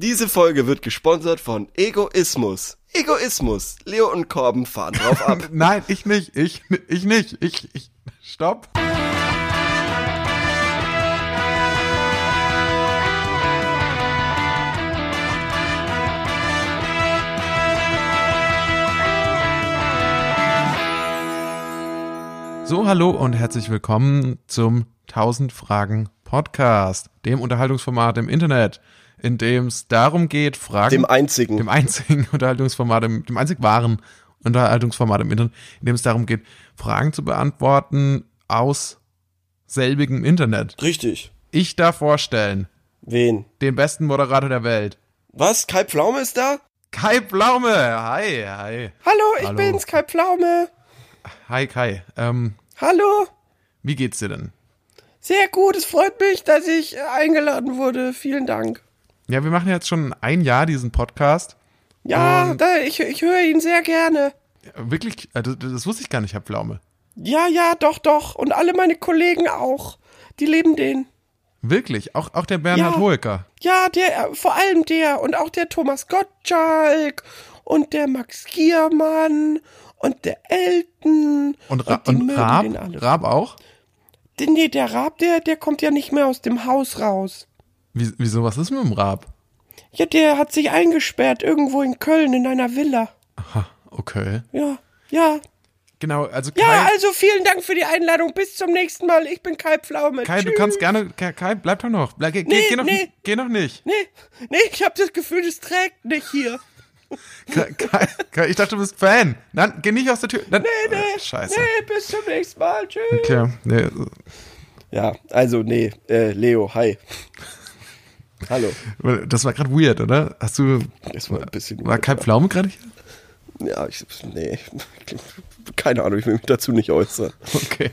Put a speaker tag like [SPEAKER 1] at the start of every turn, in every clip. [SPEAKER 1] Diese Folge wird gesponsert von Egoismus. Egoismus. Leo und Korben fahren drauf ab.
[SPEAKER 2] Nein, ich nicht. Ich, ich nicht. Ich, ich. Stopp. So, hallo und herzlich willkommen zum 1000 Fragen Podcast, dem Unterhaltungsformat im Internet, in dem es darum geht, Fragen
[SPEAKER 1] Dem einzigen.
[SPEAKER 2] dem einzigen Unterhaltungsformat, im, dem einzig wahren Unterhaltungsformat im Internet, in dem es darum geht, Fragen zu beantworten aus selbigem Internet.
[SPEAKER 1] Richtig.
[SPEAKER 2] Ich darf vorstellen,
[SPEAKER 1] Wen?
[SPEAKER 2] den besten Moderator der Welt,
[SPEAKER 1] Was? Kai Pflaume ist da?
[SPEAKER 2] Kai Blaume. Hi, hi.
[SPEAKER 1] Hallo, ich
[SPEAKER 2] Hallo.
[SPEAKER 1] bin's, Kai Pflaume.
[SPEAKER 2] Hi, Kai. Ähm,
[SPEAKER 1] Hallo.
[SPEAKER 2] wie geht's dir denn?
[SPEAKER 1] Sehr gut, es freut mich, dass ich äh, eingeladen wurde. Vielen Dank.
[SPEAKER 2] Ja, wir machen jetzt schon ein Jahr diesen Podcast.
[SPEAKER 1] Ja,
[SPEAKER 2] Ähm.
[SPEAKER 1] da, ich, ich höre ihn sehr gerne.
[SPEAKER 2] Wirklich, äh, das, das wusste ich gar nicht, Herr Pflaume.
[SPEAKER 1] Ja, ja, doch, doch. Und alle meine Kollegen auch. Die leben den.
[SPEAKER 2] Wirklich, auch, auch der Bernhard
[SPEAKER 1] Ja.
[SPEAKER 2] Hoeker.
[SPEAKER 1] Ja, der, äh, vor allem der und auch der Thomas Gottschalk und der Max Giermann und der Elton
[SPEAKER 2] Und, Ra
[SPEAKER 1] die
[SPEAKER 2] und
[SPEAKER 1] mögen
[SPEAKER 2] Raab,
[SPEAKER 1] den alle.
[SPEAKER 2] Raab auch?
[SPEAKER 1] Den- nee, der Raab, der, der kommt ja nicht mehr aus dem Haus raus.
[SPEAKER 2] Wie, wieso, was ist mit dem Raab?
[SPEAKER 1] Ja, der hat sich eingesperrt irgendwo in Köln in einer Villa.
[SPEAKER 2] Aha, okay.
[SPEAKER 1] Ja, ja.
[SPEAKER 2] Genau, also Kai,
[SPEAKER 1] Ja, also vielen Dank für die Einladung. Bis zum nächsten Mal. Ich bin Kai Pflaume.
[SPEAKER 2] Kai du
[SPEAKER 1] Tschüss.
[SPEAKER 2] kannst gerne, Kai, Kai bleib doch noch. Bleib, geh,
[SPEAKER 1] Nee,
[SPEAKER 2] geh, noch
[SPEAKER 1] nee.
[SPEAKER 2] geh noch nicht.
[SPEAKER 1] Nee, nee, ich habe das Gefühl, es trägt nicht hier.
[SPEAKER 2] Kai, Kai, Kai, ich dachte, du bist Fan. Nein, geh nicht aus der Tür. Nein,
[SPEAKER 1] Nee, nee.
[SPEAKER 2] äh, Scheiße.
[SPEAKER 1] Nee, bis zum nächsten Mal. Tschüss.
[SPEAKER 2] Okay, nee.
[SPEAKER 1] Ja, also nee, äh, Leo, hi. Hallo.
[SPEAKER 2] Das war gerade weird, oder? Hast du,
[SPEAKER 1] Das war ein bisschen.
[SPEAKER 2] war Kai Pflaume gerade hier?
[SPEAKER 1] ja, ich, nee, keine Ahnung, ich will mich dazu nicht äußern.
[SPEAKER 2] Okay.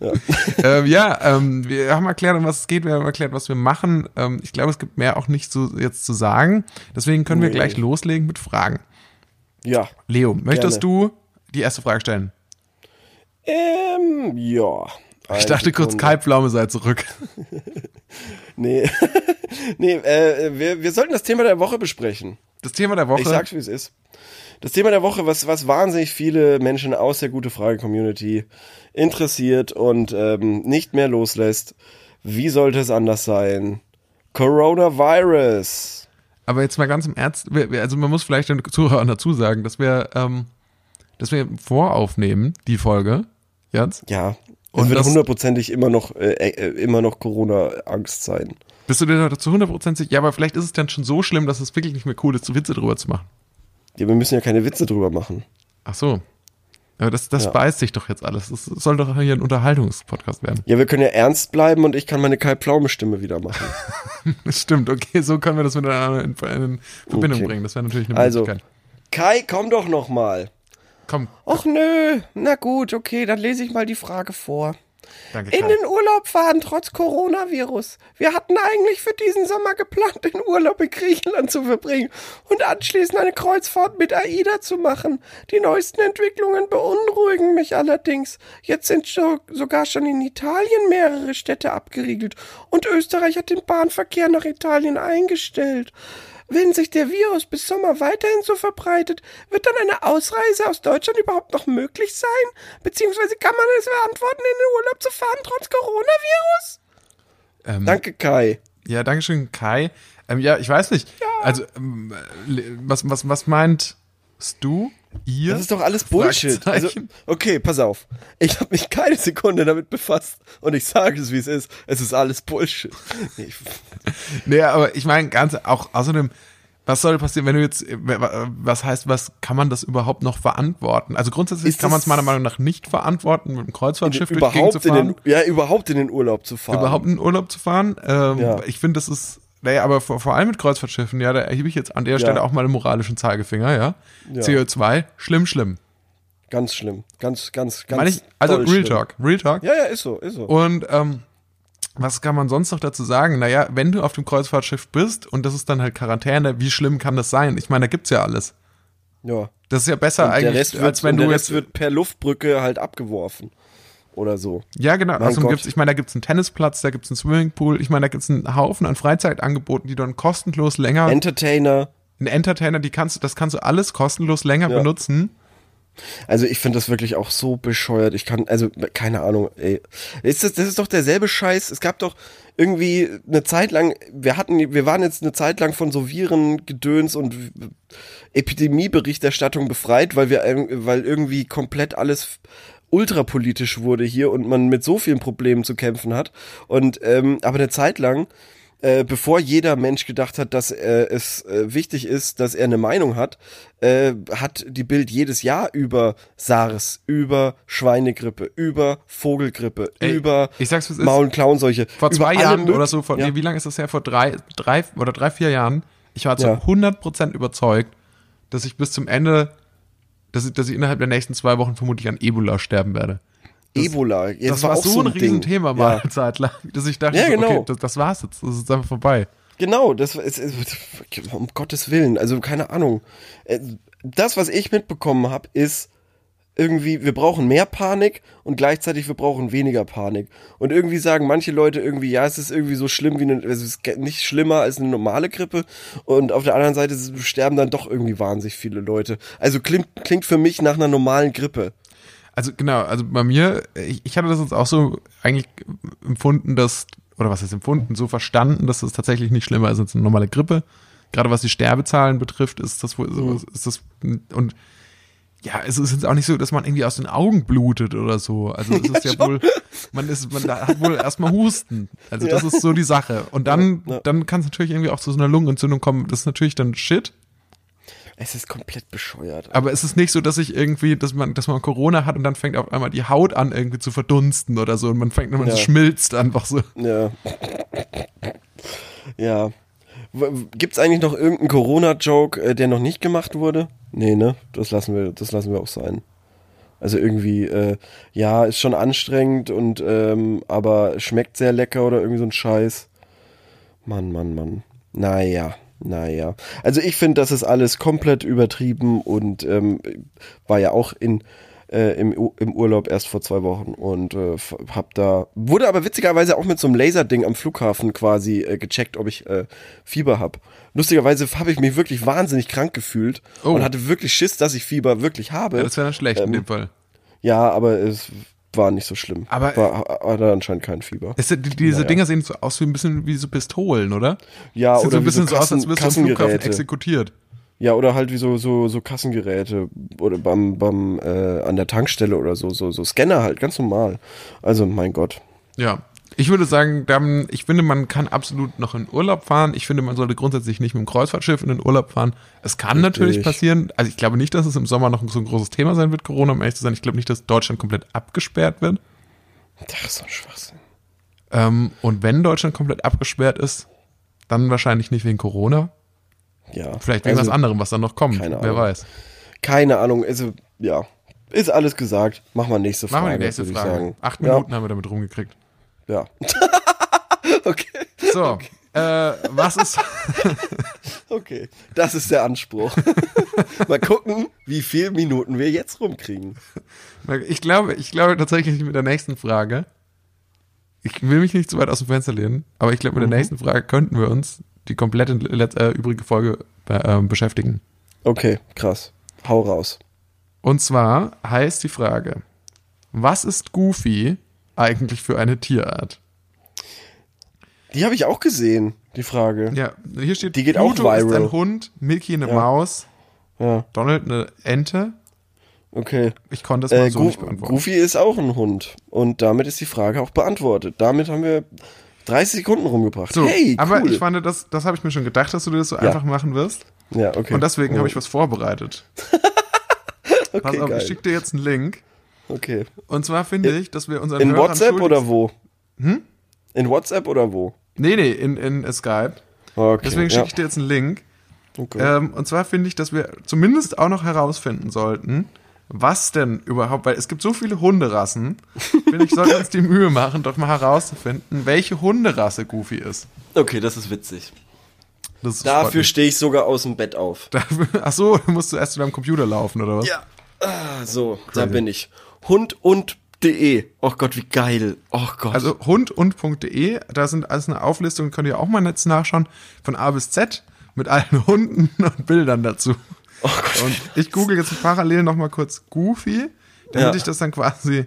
[SPEAKER 2] Ja, ähm, ja ähm, wir haben erklärt, um was es geht, wir haben erklärt, was wir machen. Ähm, ich glaube, es gibt mehr auch nicht zu, jetzt zu sagen. Deswegen können wir
[SPEAKER 1] Nee.
[SPEAKER 2] gleich loslegen mit Fragen.
[SPEAKER 1] Ja.
[SPEAKER 2] Leo, möchtest
[SPEAKER 1] Gerne.
[SPEAKER 2] du die erste Frage stellen?
[SPEAKER 1] Ähm, ja. Also
[SPEAKER 2] Ich dachte kurz, Kai Pflaume sei zurück.
[SPEAKER 1] Nee, nee äh, wir, wir sollten das Thema der Woche besprechen.
[SPEAKER 2] Das Thema der Woche.
[SPEAKER 1] Ich sag's, wie es ist. Das Thema der Woche, was, was wahnsinnig viele Menschen aus der Gute-Frage-Community interessiert und ähm, nicht mehr loslässt. Wie sollte es anders sein? Coronavirus.
[SPEAKER 2] Aber jetzt mal ganz im Ernst, wir, wir- also man muss vielleicht den Zuhörern dazu sagen, dass wir, ähm, dass wir voraufnehmen, die Folge, jetzt.
[SPEAKER 1] Ja.
[SPEAKER 2] Und
[SPEAKER 1] Und wird
[SPEAKER 2] das-
[SPEAKER 1] hundertprozentig immer noch, äh, äh, immer noch Corona-Angst sein.
[SPEAKER 2] Bist du dir dazu 100% sicher? Ja, aber vielleicht ist es dann schon so schlimm, dass es wirklich nicht mehr cool ist, Witze drüber zu machen.
[SPEAKER 1] Ja, wir müssen ja keine Witze drüber machen.
[SPEAKER 2] Ach so. Aber das, das
[SPEAKER 1] Ja.
[SPEAKER 2] beißt sich doch jetzt alles. Das soll doch hier ein Unterhaltungspodcast werden.
[SPEAKER 1] Ja, wir können ja ernst bleiben und ich kann meine Kai-Pflaume-Stimme wieder machen.
[SPEAKER 2] Stimmt, okay, so können wir das miteinander in, in Verbindung
[SPEAKER 1] Okay.
[SPEAKER 2] bringen. Das wäre natürlich eine
[SPEAKER 1] Also,
[SPEAKER 2] Möglichkeit.
[SPEAKER 1] Kai, komm doch noch mal.
[SPEAKER 2] Komm,
[SPEAKER 1] Och nö, na gut, okay, dann lese ich mal die Frage vor.
[SPEAKER 2] danke.
[SPEAKER 1] In
[SPEAKER 2] Kai.
[SPEAKER 1] den Urlaub fahren trotz Coronavirus. Wir hatten eigentlich für diesen Sommer geplant, den Urlaub in Griechenland zu verbringen und anschließend eine Kreuzfahrt mit AIDA zu machen. Die neuesten Entwicklungen beunruhigen mich allerdings. Jetzt sind so, sogar schon in Italien mehrere Städte abgeriegelt und Österreich hat den Bahnverkehr nach Italien eingestellt. Wenn sich der Virus bis Sommer weiterhin so verbreitet, wird dann eine Ausreise aus Deutschland überhaupt noch möglich sein? Beziehungsweise kann man es verantworten, in den Urlaub zu fahren trotz Coronavirus?
[SPEAKER 2] Ähm,
[SPEAKER 1] Danke, Kai.
[SPEAKER 2] Ja, danke schön, Kai. Ähm, ja, ich weiß nicht. Also, ähm, le- was, was, was meint du? Ihr?
[SPEAKER 1] Das ist doch alles Bullshit. Also,
[SPEAKER 2] Fragezeichen.
[SPEAKER 1] okay, pass auf. Ich habe mich keine Sekunde damit befasst und ich sage es, wie es ist. Es ist alles Bullshit. Nee, ich-
[SPEAKER 2] nee, aber ich meine, ganz auch außerdem, was soll passieren, wenn du jetzt, äh, was heißt, was kann man das überhaupt noch verantworten? Also grundsätzlich
[SPEAKER 1] Ist
[SPEAKER 2] kann man es
[SPEAKER 1] das-
[SPEAKER 2] meiner Meinung nach nicht verantworten, mit einem Kreuzfahrtschiff durch die Gegend zu
[SPEAKER 1] überhaupt, in
[SPEAKER 2] fahren.
[SPEAKER 1] den, ja, überhaupt in den Urlaub zu fahren.
[SPEAKER 2] überhaupt in den Urlaub zu fahren. Ähm,
[SPEAKER 1] Ja.
[SPEAKER 2] Ich finde, das ist, naja, aber vor, vor allem mit Kreuzfahrtschiffen, ja, da erhebe ich jetzt an der Stelle auch mal den moralischen Zeigefinger, ja.
[SPEAKER 1] Ja.
[SPEAKER 2] CO2, schlimm, schlimm.
[SPEAKER 1] Ganz schlimm. Ganz, ganz, ganz.
[SPEAKER 2] Meine ich, also
[SPEAKER 1] doll
[SPEAKER 2] Real
[SPEAKER 1] schlimm.
[SPEAKER 2] Talk, Real Talk.
[SPEAKER 1] Ja, ja, ist so, ist so.
[SPEAKER 2] Und ähm, was kann man sonst noch dazu sagen? Naja, wenn du auf dem Kreuzfahrtschiff bist und das ist dann halt Quarantäne, wie schlimm kann das sein? Ich meine, da gibt's ja alles.
[SPEAKER 1] ja.
[SPEAKER 2] Das ist ja besser
[SPEAKER 1] der
[SPEAKER 2] eigentlich,
[SPEAKER 1] Rest wird,
[SPEAKER 2] als wenn
[SPEAKER 1] und
[SPEAKER 2] du
[SPEAKER 1] der
[SPEAKER 2] jetzt.
[SPEAKER 1] Rest wird per Luftbrücke halt abgeworfen. oder so.
[SPEAKER 2] Ja, genau.
[SPEAKER 1] Mein
[SPEAKER 2] Also
[SPEAKER 1] Gott.
[SPEAKER 2] gibt's, ich meine, da gibt's einen Tennisplatz, da gibt's einen Swimmingpool, ich meine, da gibt's einen Haufen an Freizeitangeboten, die du dann kostenlos länger,
[SPEAKER 1] Entertainer.
[SPEAKER 2] einen Entertainer, die kannst du, das kannst du alles kostenlos länger
[SPEAKER 1] Ja.
[SPEAKER 2] benutzen.
[SPEAKER 1] Also ich finde das wirklich auch so bescheuert. Ich kann, also keine Ahnung. Ey. Ist das, das ist doch derselbe Scheiß. Es gab doch irgendwie eine Zeit lang, wir hatten, wir waren jetzt eine Zeit lang von so Viren, Gedöns und Epidemieberichterstattung befreit, weil wir, ähm, weil irgendwie komplett alles ultrapolitisch wurde hier und man mit so vielen Problemen zu kämpfen hat. Und ähm, aber eine Zeit lang äh, bevor jeder Mensch gedacht hat, dass äh, es äh, wichtig ist, dass er eine Meinung hat, äh, hat die Bild jedes Jahr über SARS, über Schweinegrippe, über Vogelgrippe,
[SPEAKER 2] Ey,
[SPEAKER 1] über
[SPEAKER 2] ich sag's, wie es ist.
[SPEAKER 1] Maul- und Klauenseuche.
[SPEAKER 2] Vor zwei
[SPEAKER 1] über alle
[SPEAKER 2] Jahren
[SPEAKER 1] mög-
[SPEAKER 2] oder so, vor,
[SPEAKER 1] ja.
[SPEAKER 2] nee, wie lange ist das her? Vor drei, drei oder drei, vier Jahren. Ich war zu
[SPEAKER 1] Ja.
[SPEAKER 2] 100% überzeugt, dass ich bis zum Ende, dass ich, dass ich innerhalb der nächsten zwei Wochen vermutlich an Ebola sterben werde.
[SPEAKER 1] Ebola. Ja,
[SPEAKER 2] Das, war,
[SPEAKER 1] auch
[SPEAKER 2] so ein, Riesenthema
[SPEAKER 1] Ding.
[SPEAKER 2] mal
[SPEAKER 1] Ja.
[SPEAKER 2] eine Zeit lang, dass ich dachte,
[SPEAKER 1] Ja,
[SPEAKER 2] so, okay,
[SPEAKER 1] genau.
[SPEAKER 2] das, das war's jetzt, das ist jetzt einfach vorbei.
[SPEAKER 1] Genau, das war- es, es, um Gottes Willen, also keine Ahnung. Äh, Das, was ich mitbekommen habe, ist irgendwie, wir brauchen mehr Panik und gleichzeitig wir brauchen weniger Panik. Und irgendwie sagen manche Leute irgendwie, ja, es ist irgendwie so schlimm wie eine, es ist ge- nicht schlimmer als eine normale Grippe. Und auf der anderen Seite s- sterben dann doch irgendwie wahnsinnig viele Leute. Also klingt, klingt für mich nach einer normalen Grippe.
[SPEAKER 2] Also genau, also bei mir, ich, ich hatte das jetzt auch so eigentlich empfunden, dass, oder was heißt empfunden, so verstanden, dass es tatsächlich nicht schlimmer ist als eine normale Grippe. Gerade was die Sterbezahlen betrifft, ist das wohl,
[SPEAKER 1] Mhm.
[SPEAKER 2] ist das, und ja, es ist jetzt auch nicht so, dass man irgendwie aus den Augen blutet oder so. Also es ist ja wohl, man ist, man hat wohl erstmal Husten. Also das ist so die Sache. Und dann,
[SPEAKER 1] Ja, ja.
[SPEAKER 2] dann kann es natürlich irgendwie auch zu so einer Lungenentzündung kommen. Das ist natürlich dann Shit.
[SPEAKER 1] Es ist komplett bescheuert.
[SPEAKER 2] Aber es ist nicht so, dass ich irgendwie, dass man, dass man Corona hat und dann fängt auf einmal die Haut an, irgendwie zu verdunsten oder so. Und man fängt, man
[SPEAKER 1] Ja.
[SPEAKER 2] schmilzt einfach so.
[SPEAKER 1] Ja. Ja. W- Gibt's eigentlich noch irgendeinen Corona-Joke, äh, der noch nicht gemacht wurde? Nee, ne? Das lassen wir, das lassen wir auch sein. Also irgendwie, äh, ja, ist schon anstrengend und ähm, aber schmeckt sehr lecker oder irgendwie so ein Scheiß. Mann, Mann, Mann. Naja, naja. Also ich finde, das ist alles komplett übertrieben und ähm, war ja auch in, äh, im, U- im Urlaub erst vor zwei Wochen und äh, f- hab da, wurde aber witzigerweise auch mit so einem Laserding am Flughafen quasi äh, gecheckt, ob ich äh, Fieber hab. Lustigerweise habe ich mich wirklich wahnsinnig krank gefühlt
[SPEAKER 2] Oh.
[SPEAKER 1] und hatte wirklich Schiss, dass ich Fieber wirklich habe.
[SPEAKER 2] Ja, das wäre dann schlecht
[SPEAKER 1] Ähm,
[SPEAKER 2] in dem Fall.
[SPEAKER 1] Ja, aber es war nicht so schlimm.
[SPEAKER 2] Aber-
[SPEAKER 1] war, hatte anscheinend kein Fieber.
[SPEAKER 2] Es, sind- die, diese
[SPEAKER 1] naja.
[SPEAKER 2] Dinger sehen so aus wie ein bisschen wie so Pistolen, oder?
[SPEAKER 1] Ja,
[SPEAKER 2] Sieht so
[SPEAKER 1] oder
[SPEAKER 2] ein
[SPEAKER 1] wie
[SPEAKER 2] bisschen
[SPEAKER 1] so
[SPEAKER 2] so, aus, als
[SPEAKER 1] Kassen-
[SPEAKER 2] wirst du am Flughafen
[SPEAKER 1] Kassengeräte.
[SPEAKER 2] exekutiert.
[SPEAKER 1] Ja, oder halt wie so so, so Kassengeräte oder beim beim äh, an der Tankstelle oder so so so Scanner halt ganz normal. Also mein Gott.
[SPEAKER 2] Ja. Ich würde sagen, dann, ich finde, man kann absolut noch in Urlaub fahren. Ich finde, man sollte grundsätzlich nicht mit dem Kreuzfahrtschiff in den Urlaub fahren. Es kann natürlich passieren. Also ich glaube nicht, dass es im Sommer noch so ein großes Thema sein wird, Corona, um ehrlich zu sein. Ich glaube nicht, dass Deutschland komplett abgesperrt wird.
[SPEAKER 1] Ach, so ein Schwachsinn.
[SPEAKER 2] Ähm, und wenn Deutschland komplett abgesperrt ist, dann wahrscheinlich nicht wegen Corona,
[SPEAKER 1] Ja.
[SPEAKER 2] vielleicht wegen
[SPEAKER 1] also,
[SPEAKER 2] was anderem, was dann noch kommt.
[SPEAKER 1] keine
[SPEAKER 2] Wer
[SPEAKER 1] Ahnung.
[SPEAKER 2] weiß.
[SPEAKER 1] Keine Ahnung, also ja. Ist alles gesagt. Mach mal nächste Frage.
[SPEAKER 2] Machen wir die nächste
[SPEAKER 1] würde ich
[SPEAKER 2] Frage.
[SPEAKER 1] sagen.
[SPEAKER 2] Acht
[SPEAKER 1] ja,
[SPEAKER 2] Minuten haben wir damit rumgekriegt.
[SPEAKER 1] Ja. okay.
[SPEAKER 2] So, äh, was ist.
[SPEAKER 1] Okay. Das ist der Anspruch. mal gucken, wie viel Minuten wir jetzt rumkriegen.
[SPEAKER 2] Ich glaube, ich glaube tatsächlich mit der nächsten Frage. Ich will mich nicht zu weit aus dem Fenster lehnen, aber ich glaube, mit
[SPEAKER 1] Mhm.
[SPEAKER 2] der nächsten Frage könnten wir uns die komplette let- äh, übrige Folge äh, beschäftigen.
[SPEAKER 1] Okay, krass. Hau raus.
[SPEAKER 2] Und zwar heißt die Frage: Was ist Goofy eigentlich für eine Tierart?
[SPEAKER 1] Die habe ich auch gesehen, die Frage.
[SPEAKER 2] Ja, hier steht,
[SPEAKER 1] Die geht auch
[SPEAKER 2] Pluto ist
[SPEAKER 1] viral.
[SPEAKER 2] ein Hund, Milky eine
[SPEAKER 1] Ja.
[SPEAKER 2] Maus,
[SPEAKER 1] Ja,
[SPEAKER 2] Donald eine Ente.
[SPEAKER 1] okay.
[SPEAKER 2] Ich konnte das mal
[SPEAKER 1] Äh,
[SPEAKER 2] so
[SPEAKER 1] Gru-
[SPEAKER 2] nicht beantworten.
[SPEAKER 1] Goofy ist auch ein Hund. Und damit ist die Frage auch beantwortet. Damit haben wir 30 Sekunden rumgebracht.
[SPEAKER 2] so,
[SPEAKER 1] hey, cool.
[SPEAKER 2] aber ich fand, das, das habe ich mir schon gedacht, dass du das so einfach machen wirst.
[SPEAKER 1] ja, okay.
[SPEAKER 2] Und deswegen
[SPEAKER 1] Oh,
[SPEAKER 2] habe ich was vorbereitet. Pass
[SPEAKER 1] okay,
[SPEAKER 2] auf,
[SPEAKER 1] geil.
[SPEAKER 2] ich schicke dir jetzt einen Link.
[SPEAKER 1] okay.
[SPEAKER 2] Und zwar finde ich, dass wir unseren
[SPEAKER 1] In
[SPEAKER 2] Hörern
[SPEAKER 1] WhatsApp
[SPEAKER 2] schuldig-
[SPEAKER 1] oder wo? Hm? In WhatsApp oder wo?
[SPEAKER 2] Nee, nee, in, in Skype.
[SPEAKER 1] Okay.
[SPEAKER 2] Deswegen
[SPEAKER 1] ja.
[SPEAKER 2] schicke ich dir jetzt einen Link.
[SPEAKER 1] okay.
[SPEAKER 2] Ähm, und zwar finde ich, dass wir zumindest auch noch herausfinden sollten, was denn überhaupt, weil es gibt so viele Hunderassen, finde ich, sollten wir uns die Mühe machen, doch mal herauszufinden, welche Hunderasse Goofy ist.
[SPEAKER 1] okay, das ist witzig.
[SPEAKER 2] Das ist
[SPEAKER 1] Dafür
[SPEAKER 2] freundlich.
[SPEAKER 1] stehe ich sogar aus dem Bett auf.
[SPEAKER 2] Dafür- Ach so, musst du erst zu deinem Computer laufen, oder was?
[SPEAKER 1] Ja. Ah, so, da bin ich. Hund und De. Oh Gott, wie geil. Oh Gott.
[SPEAKER 2] Also Hund und .de, da sind alles eine Auflistung, könnt ihr auch mal netz nachschauen, von A bis Z mit allen Hunden und Bildern dazu.
[SPEAKER 1] oh Gott.
[SPEAKER 2] Und ich google jetzt parallel nochmal kurz Goofy, damit
[SPEAKER 1] Ja.
[SPEAKER 2] ich das dann quasi,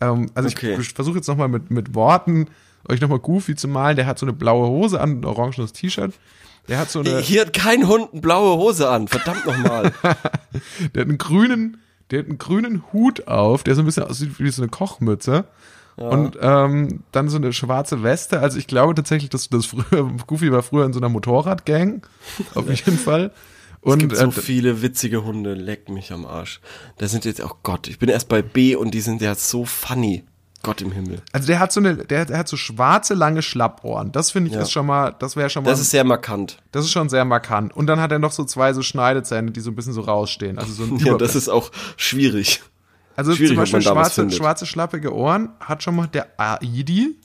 [SPEAKER 2] ähm, also
[SPEAKER 1] Okay.
[SPEAKER 2] ich versuche jetzt nochmal mit, mit Worten euch nochmal Goofy zu malen. Der hat so eine blaue Hose an, ein orangenes T-Shirt. Der hat so eine,
[SPEAKER 1] Hier hat kein Hund eine blaue Hose an. Verdammt nochmal.
[SPEAKER 2] der hat einen grünen, der hat einen grünen Hut auf, der so ein bisschen aussieht wie so eine Kochmütze. Und ähm, dann so eine schwarze Weste. Also ich glaube tatsächlich, dass das früher, Goofy war früher in so einer Motorradgang, auf jeden Fall. Und
[SPEAKER 1] gibt so
[SPEAKER 2] äh,
[SPEAKER 1] viele witzige Hunde. Leck mich am Arsch. Da sind jetzt, oh Gott, ich bin erst bei B und die sind ja so funny. Gott im Himmel.
[SPEAKER 2] Also der hat so eine, der, der hat so schwarze lange Schlappohren. Das finde ich
[SPEAKER 1] Ja.
[SPEAKER 2] ist schon mal, das wäre schon mal,
[SPEAKER 1] Das ist sehr markant.
[SPEAKER 2] das ist schon sehr markant. Und dann hat er noch so zwei so Schneidezähne, die so ein bisschen so rausstehen. Also so ein
[SPEAKER 1] Ja, das
[SPEAKER 2] Überblick.
[SPEAKER 1] ist auch schwierig.
[SPEAKER 2] Also
[SPEAKER 1] schwierig,
[SPEAKER 2] zum
[SPEAKER 1] ob
[SPEAKER 2] Beispiel
[SPEAKER 1] man da was
[SPEAKER 2] schwarze,
[SPEAKER 1] findet.
[SPEAKER 2] schwarze schlappige Ohren hat schon mal der Aidi,